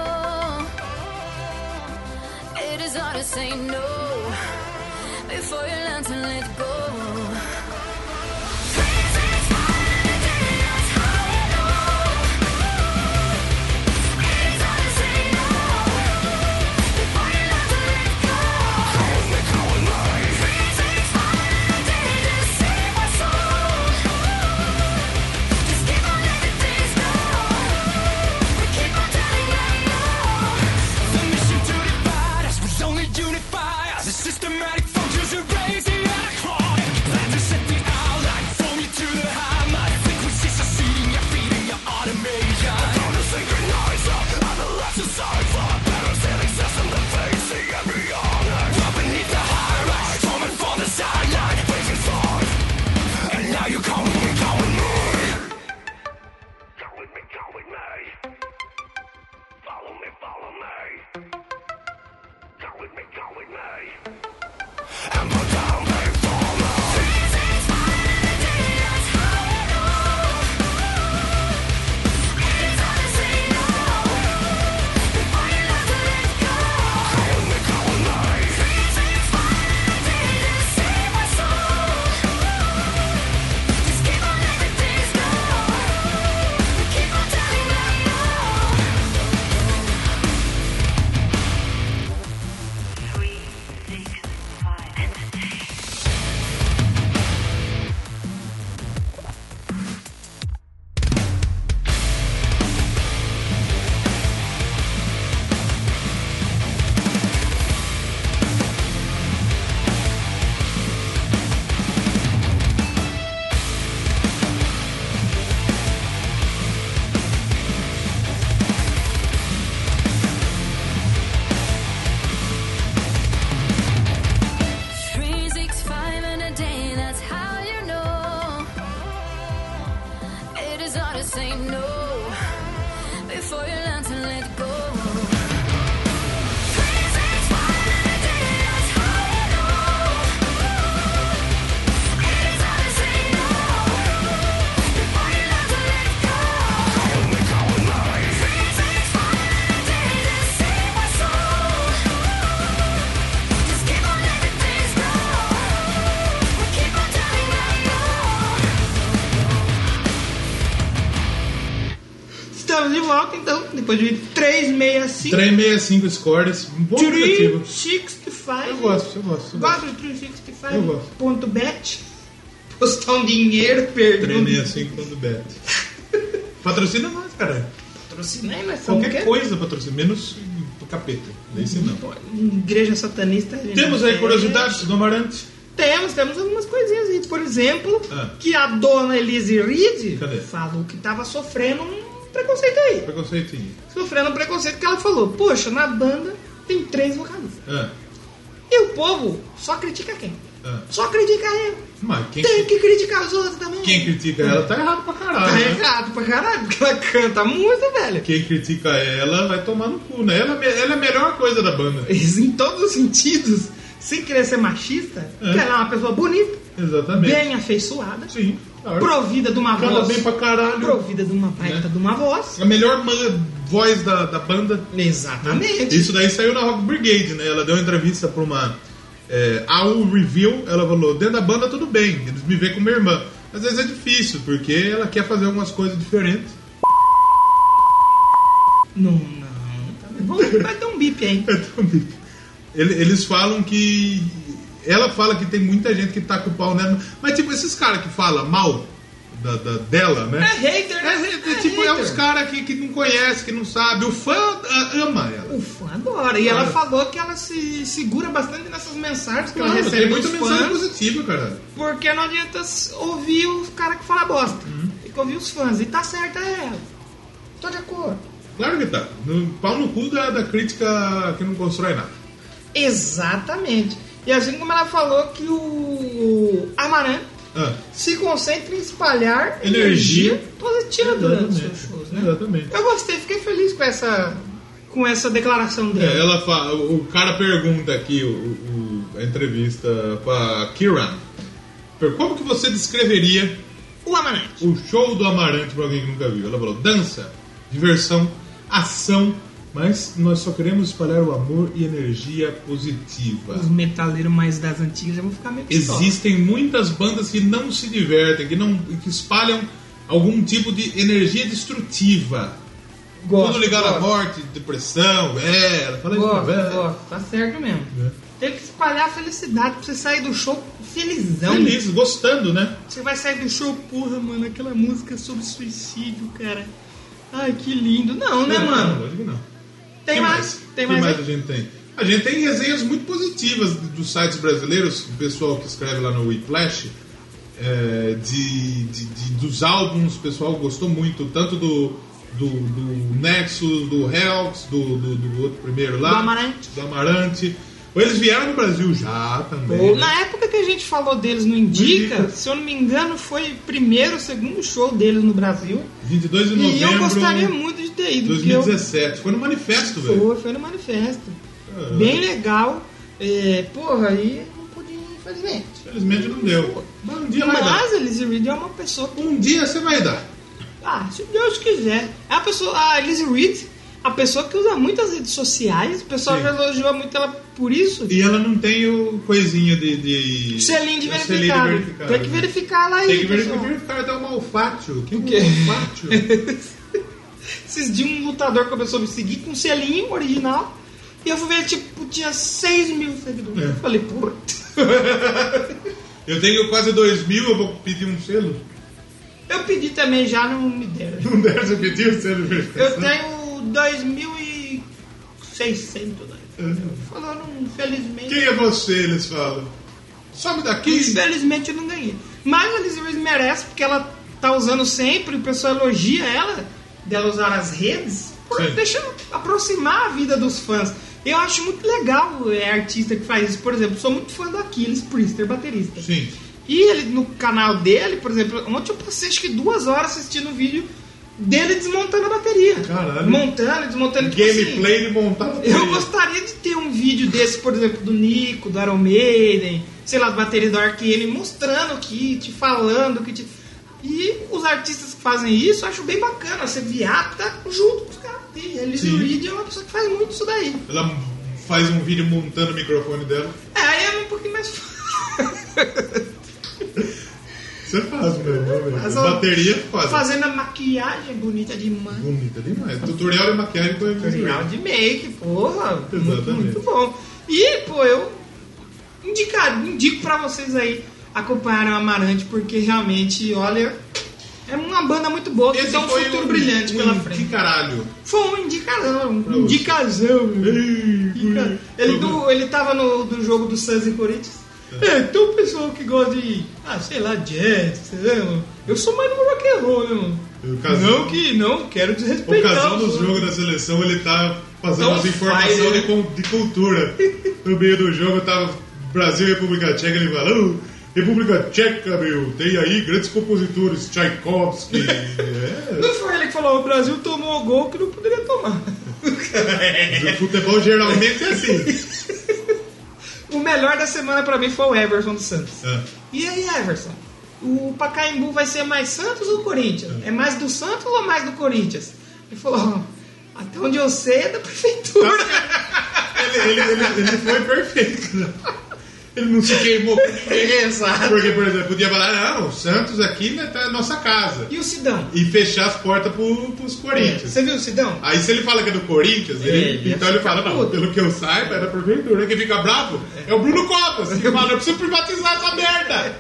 S5: say no before you learn to let go. Please explain the details for you know. It is hard to say no before you learn to let go. Please explain the details, save my soul. Just keep on letting things go. We keep on turning around, no.
S1: Estamos de volta, então, depois de 365.
S2: 365 scores, um bom aplicativo.
S1: 365.
S2: Eu gosto, eu gosto. Eu gosto.
S1: Gosta de
S2: Eu gosto.
S1: 365.bet? Postar um dinheiro, um pergunta.
S2: 365 quando bete. Patrocina nós, caralho.
S1: Patrocinei, mas são
S2: Qualquer
S1: quê?
S2: coisa patrocina, menos o capeta. Daí sim não.
S1: Igreja satanista. a gente
S2: Temos
S1: não
S2: aí
S1: quer.
S2: curiosidades do Amarante.
S1: Temos, temos algumas coisinhas aí. Por exemplo,
S2: Ah.
S1: que a dona Elise Reed
S2: Cadê?
S1: falou que tava sofrendo um preconceito aí.
S2: Preconceitinho.
S1: Sofrendo um preconceito que ela falou, poxa, na banda tem três vocalistas.
S2: Ah,
S1: E o povo só critica quem?
S2: ah.
S1: Só critica eu.
S2: Mas quem,
S1: Tem que criticar os outros também.
S2: quem critica ela tá errado pra caralho.
S1: Tá
S2: né?
S1: errado pra caralho, porque ela canta muito, velho.
S2: Quem critica ela vai tomar no cu, né? Ela, é me- ela é a melhor coisa da banda.
S1: Isso em todos os sentidos, sem querer ser machista,
S2: É.
S1: que ela é uma pessoa bonita,
S2: Exatamente.
S1: bem afeiçoada,
S2: Sim, claro.
S1: provida de uma
S2: Canta
S1: voz.
S2: bem pra É. caralho.
S1: Provida de uma baita de uma voz.
S2: A melhor ma- voz da, da banda.
S1: Exatamente.
S2: Isso daí saiu na Rock Brigade, né? Ela deu uma entrevista pra uma é, AU Review. Ela falou: dentro da banda tudo bem, eles me veem como minha irmã. Às vezes é difícil, porque ela quer fazer algumas coisas diferentes.
S1: Não, não. tá bom. Vai ter um bip aí.
S2: Ele- Eles falam que. Ela fala que tem muita gente que tá com o pau nela. Mas, tipo, esses caras que falam mal da, da- dela, né?
S1: É hater,
S2: É, é, tipo, é uns caras que, que não conhece, que não sabe. O fã ah, ama ela.
S1: O fã adora. E ela
S2: Claro.
S1: falou que ela se segura bastante nessas mensagens que
S2: Claro,
S1: ela recebe
S2: tem
S1: dos
S2: muita mensagem
S1: fãs.
S2: positiva, cara.
S1: Porque não adianta s- ouvir os caras que falam bosta.
S2: Uhum.
S1: Tem que ouvir os fãs. E tá certa ela. Tô de acordo.
S2: Claro que tá. No, pau no cu da, da crítica que não constrói nada.
S1: Exatamente. E assim como ela falou que o Amaran
S2: Ah,
S1: se concentra em espalhar energia,
S2: Energia.
S1: positiva durante os seus
S2: Exatamente.
S1: shows, né?
S2: Exatamente.
S1: Eu gostei, fiquei feliz com essa, com essa declaração
S2: é,
S1: dela.
S2: ela fala, o cara pergunta aqui o- o- a entrevista pra Kiran. Per- Como que você descreveria
S1: O Amanete.
S2: o show do Amarante pra alguém que nunca viu? Ela falou dança, diversão, ação, mas nós só queremos espalhar o amor e energia positiva.
S1: Os metaleiros mais das antigas já vão ficar meio pistola.
S2: Existem muitas bandas que não se divertem, que não que espalham algum tipo de energia destrutiva.
S1: Gosto,
S2: Tudo ligado à
S1: gosto,
S2: morte, depressão, é, ela fala isso,
S1: Gosto,
S2: velho.
S1: gosto. Tá certo mesmo.
S2: É.
S1: Tem que espalhar a felicidade pra você sair do show felizão.
S2: Feliz, gostando, né?
S1: Você vai sair do show, porra, mano, aquela música sobre suicídio, cara. Ai, que lindo. Não,
S2: É.
S1: né, mano?
S2: Lógico que não.
S1: Tem
S2: Que
S1: mais, tem
S2: que
S1: mais.
S2: a gente tem? A gente tem resenhas muito positivas dos sites brasileiros, o pessoal que escreve lá no Whiplash, é, de, de- de- dos álbuns, o pessoal gostou muito, tanto do, do, do Nexus, do Helps, do, do, do outro primeiro lá.
S1: Do Amarante.
S2: Do Amarante. Eles vieram no Brasil já também. né?
S1: Ou- Na época que a gente falou deles no Indica,
S2: No Indica.
S1: se eu não me engano, foi o primeiro, o segundo show deles no Brasil.
S2: 22 de
S1: E eu
S2: novembro
S1: gostaria
S2: de
S1: muito de ter ido, porque eu
S2: 2017. Foi no manifesto, velho.
S1: Foi, foi no manifesto.
S2: Ah.
S1: Bem legal. É, porra, aí não pude ir, infelizmente.
S2: Infelizmente não deu. Mas um dia vai dar.
S1: Mas Elise Reed é uma pessoa que.
S2: Um dia você vai dar.
S1: Ah, se Deus quiser. É a pessoa. A Elise Reed, a pessoa que usa muitas redes sociais, o pessoal
S2: Sim.
S1: já elogiou muito ela por isso.
S2: E ela não tem o coisinha de. de...
S1: Selinho é de
S2: o
S1: verificado.
S2: É verificado,
S1: Tem que
S2: né?
S1: verificar ela aí.
S2: Tem que verificar,
S1: pessoal.
S2: verificar até o malfátio. Que um
S1: quê?
S2: malfátio?
S1: Esses dias um lutador começou a me seguir com um selinho original. E eu fui ver, tipo, tinha 6 mil seguidores.
S2: É.
S1: Eu falei, puta.
S2: eu tenho quase dois mil, eu vou pedir um selo. Um
S1: Eu pedi também já, não me deram.
S2: Não deve você pedir o selo de
S1: Eu
S2: verificação.
S1: tenho 2.600 dólares. Falando, infelizmente.
S2: Quem é você? Eles falam. Sobe daqui.
S1: é Infelizmente eu não ganhei. Mas a Lizzie Reese merece, porque ela tá usando sempre, o pessoal elogia ela, dela usar as redes, por
S2: Sim.
S1: deixa aproximar a vida dos fãs. Eu acho muito legal é, artista que faz isso. Por exemplo, sou muito fã do Aquiles Priester, baterista.
S2: Sim.
S1: E ele, no canal dele, por exemplo, ontem eu passei acho que duas horas assistindo um vídeo dele desmontando a bateria.
S2: Caralho.
S1: Montando, desmontando. tipo assim,
S2: Gameplay de montar
S1: eu gostaria de ter um vídeo desse, por exemplo, do Nico, do Iron Maiden, sei lá, do bateria do Ark, ele mostrando o kit, falando o kit. E os artistas que fazem isso, eu acho bem bacana. Você viata junto com os caras. E a Liz
S2: Sim.
S1: Reed é uma pessoa que faz muito isso daí.
S2: Ela faz um vídeo montando o microfone dela.
S1: É, aí é um pouquinho mais fácil.
S2: Você faz mesmo, né, velho?
S1: Mas, ó,
S2: Bateria faz.
S1: Fazendo a maquiagem bonita demais.
S2: Bonita demais. Tutorial e maquiagem com
S1: Final de make, porra. Muito,
S2: Exatamente.
S1: muito bom. E, pô, eu indicar, indico pra vocês aí acompanharem o Amarante, porque realmente, olha, é uma banda muito boa, que tem um
S2: foi
S1: futuro brilhante
S2: um-
S1: pela frente.
S2: Que caralho.
S1: Foi um indicação, um indicação. Indica- Ele, do, ele tava no do jogo do Suns e Corinthians. É, então o pessoal que gosta de, ah, sei lá, jazz, samba, eu sou mais no rock and roll, né, mano?
S2: O casal-
S1: Não que não, quero
S2: O
S1: desrespeitar.
S2: casal
S1: os
S2: dos
S1: outros.
S2: jogos da seleção, ele tá fazendo
S1: Então
S2: as informações
S1: faz, né?
S2: de, con- de cultura. No meio do jogo tava Brasil e República Tcheca, ele falou. República Tcheca, meu, tem aí grandes compositores, Tchaikovsky. é.
S1: Não foi ele que falou, o Brasil tomou o gol que não poderia tomar.
S2: O É, futebol geralmente é assim.
S1: O melhor da semana pra mim foi o Everson do Santos.
S2: É.
S1: E aí, Everson? O Pacaembu vai ser mais Santos ou Corinthians? É mais do Santos ou mais do Corinthians? Ele falou, "Ó, até onde eu sei é da prefeitura.
S2: Ele, ele- ele- ele foi perfeito. né? Ele não se queimou com ninguém.
S1: Exato.
S2: Porque, por exemplo, podia falar, não, o Santos aqui né, tá a nossa casa.
S1: E o Sidão?
S2: E fechar as portas pro, pros
S1: É.
S2: Corinthians.
S1: Você viu o Sidão?
S2: Aí se ele fala que é do Corinthians, ele-
S1: Ele
S2: então ele
S1: fica
S2: fala, não,
S1: puto.
S2: pelo que eu saiba, é da prefeitura. Quem fica bravo é o Bruno Covas. Ele fala, eu preciso privatizar essa merda.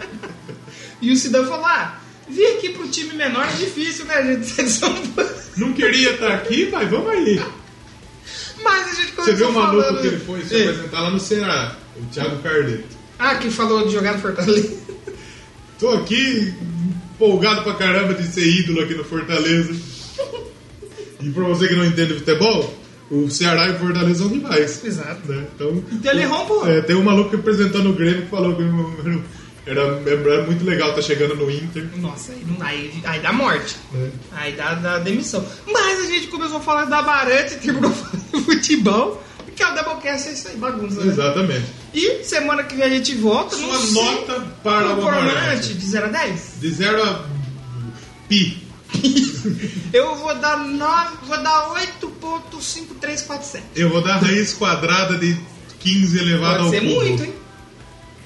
S1: E o Sidão falou, ah, vir aqui pro time menor é difícil, né, gente? Vocês são-
S2: Não queria estar aqui, mas vamos aí.
S1: Mas a gente começou
S2: Você viu o maluco
S1: falando-
S2: que ele foi se
S1: É.
S2: apresentar lá no Ceará, o Thiago Carleto.
S1: Ah, que falou de jogar no Fortaleza.
S2: Tô aqui empolgado pra caramba de ser ídolo aqui no Fortaleza. E pra você que não entende futebol, o Ceará e o Fortaleza são rivais.
S1: Exato.
S2: Né? Então,
S1: Então ele rompou.
S2: É, tem um maluco que apresentando o Grêmio que falou que era, era muito legal tá chegando no Inter.
S1: Nossa, aí, não- aí, aí dá morte.
S2: É.
S1: Aí dá, dá demissão. Mas a gente começou a falar da Barante e terminou falando de futebol. Porque o Doublecast é isso aí, bagunça. Né?
S2: Exatamente.
S1: E semana que vem a gente volta.
S2: Sua
S1: não sei-
S2: nota para o Amarante.
S1: Amarante, de 0 a 10.
S2: De 0 a pi.
S1: Eu vou dar 9, vou dar 8.5347.
S2: Eu vou dar raiz quadrada de 15 elevado
S1: Pode
S2: ao
S1: ser
S2: cubo.
S1: muito, hein?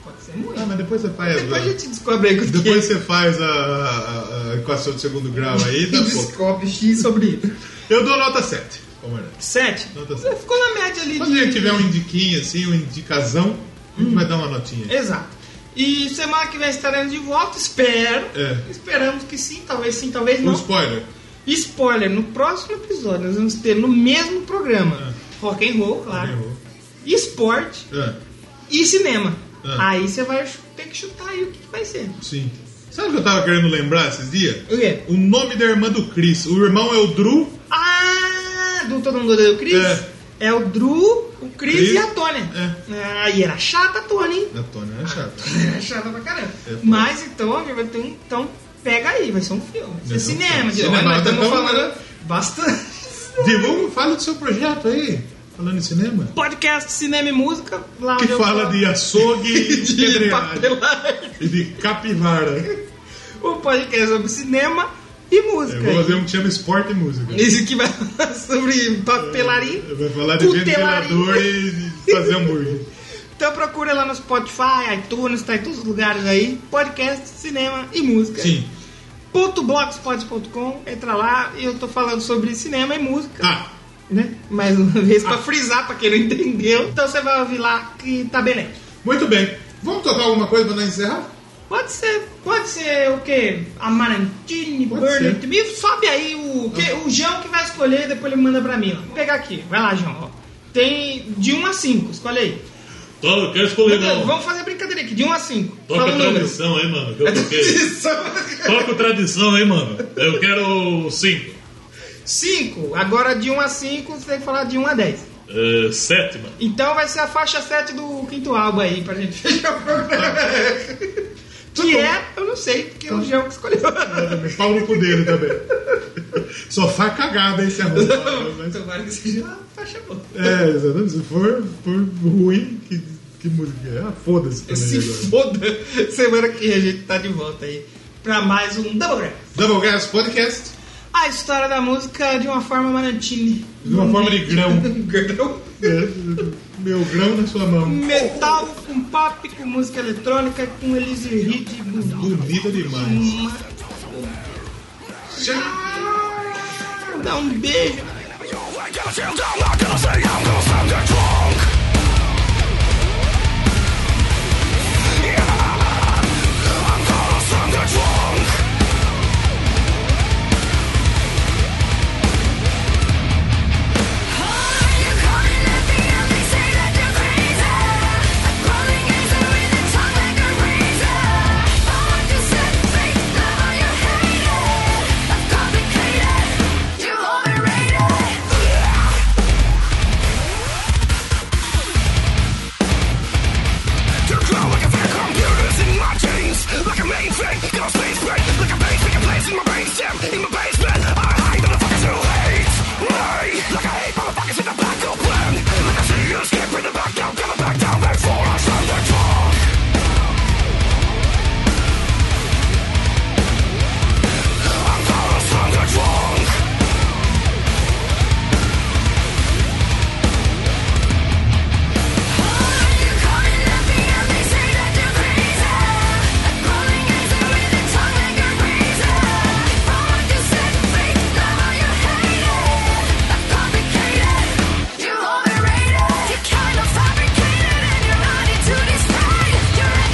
S1: Pode ser muito.
S2: Ah, mas depois você faz.
S1: Depois a
S2: né?
S1: gente descobre aí o que é.
S2: Depois você faz a, a- a equação de segundo grau aí, dá pouco.
S1: descobre X sobre Y.
S2: Eu dou nota 7. Comandante.
S1: 7.
S2: Nota sete.
S1: Ficou na média ali.
S2: Quando a gente tiver um indiquinho assim, um indicazão, a
S1: Hum.
S2: gente vai dar uma notinha.
S1: Exato. E semana que vem estaremos de volta, espero.
S2: É.
S1: Esperamos que sim, talvez sim, talvez
S2: Um
S1: não.
S2: spoiler.
S1: Spoiler, no próximo episódio nós vamos ter no mesmo programa rock and roll, claro. Esporte
S2: É,
S1: e cinema.
S2: É.
S1: Aí você vai ch- ter que chutar aí o que, que vai ser.
S2: sim. Sabe o que eu tava querendo lembrar esses dias?
S1: O quê?
S2: O nome da irmã do Chris. O irmão é o Drew.
S1: Ah, do Todo Mundo Odeia o Chris?
S2: É.
S1: É o Drew, o Chris,
S2: Chris. É.
S1: e a Tônia. Ah, e era chata a Tônia, hein?
S2: Da Tônia, é chato.
S1: Era chata pra caramba.
S2: É.
S1: Mas então, a gente vai ter um. Então, pega aí, vai ser um filme. Vai ser
S2: É um
S1: cinema,
S2: filme.
S1: de
S2: Cinema,
S1: nós estamos
S2: então-
S1: falando bastante.
S2: Divulga, fala do seu projeto aí. Falando em cinema.
S1: Podcast Cinema e Música, lá
S2: Que
S1: onde Ah, eu
S2: fala
S1: falo
S2: de açougue e de
S1: de
S2: pedreagem.
S1: papelagem.
S2: E de capivara.
S1: O podcast sobre cinema e
S2: Eu
S1: música.
S2: vou fazer um que chama esporte e música.
S1: Esse que vai falar sobre papelaria.
S2: É, Vai falar de
S1: Cutelaria.
S2: ventilador e de fazer hambúrguer.
S1: Então procura lá no Spotify, iTunes, tá em todos os lugares aí. Podcast, cinema e música.
S2: Sim.
S1: Ponto blogspot.com, entra lá e eu tô falando sobre cinema e música,
S2: Ah,
S1: né? Mais uma vez, pra frisar, pra quem não entendeu. Então você vai ouvir lá que tá belém.
S2: muito bem. Vamos tocar alguma coisa pra nós encerrar?
S1: Pode ser, pode ser o quê? Amarantini,
S2: Pode
S1: Burning
S2: ser. Ah.
S1: to Me. Sobe aí o, que, o João que vai escolher e depois ele manda pra mim. ó. Vou pegar aqui, vai lá, João. ó. Tem de 1 a 5, escolhe aí.
S4: Tá, eu quero escolher, não.
S1: Vamos fazer a brincadeira aqui, de 1 a 5.
S4: Toca
S1: Fala o número.
S4: tradição aí, mano. Que eu toquei.
S1: Tradição.
S4: Toca tradição aí, mano. Eu quero 5.
S1: 5. Agora de 1 a 5, você tem que falar de 1 a 10.
S4: É, sétima.
S1: Então vai ser a faixa 7 do quinto álbum aí, pra gente fechar o programa. que é, eu não sei, porque o João que escolheu.
S2: Pau no cu dele também. Sofá cagado esse arroz. Mas-
S1: Tomara Então, que seja uma faixa boa.
S2: É, exatamente. Se for, for ruim, que, que música é? Ah, foda-se. também
S1: Se
S2: agora.
S1: foda, semana que vem a gente tá de volta aí pra mais um Double Rap.
S2: Double Gas Podcast.
S1: A história da música de uma forma manantine.
S2: De uma forma de grão.
S1: grão.
S2: É, meu grão na sua mão.
S1: Metal com pop, com música eletrônica, com Elise Reed e Bubu.
S2: Bonita demais.
S1: Dá um beijo.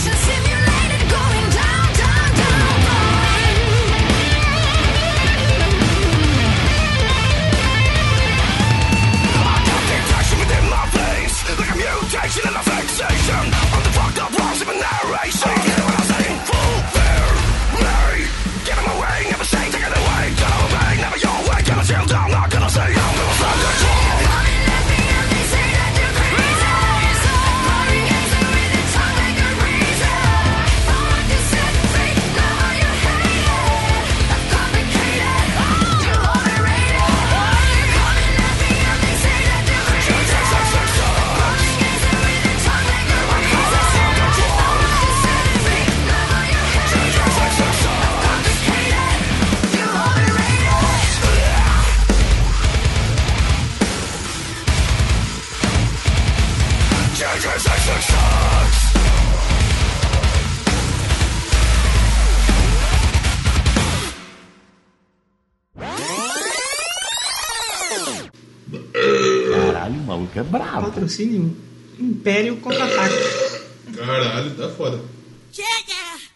S5: Simulated going down, down, down, down.
S6: Caralho, o maluco é brabo.
S1: Patrocínio Império Ah, Contra-Ataque.
S2: Caralho, tá foda.
S5: Yeah, yeah.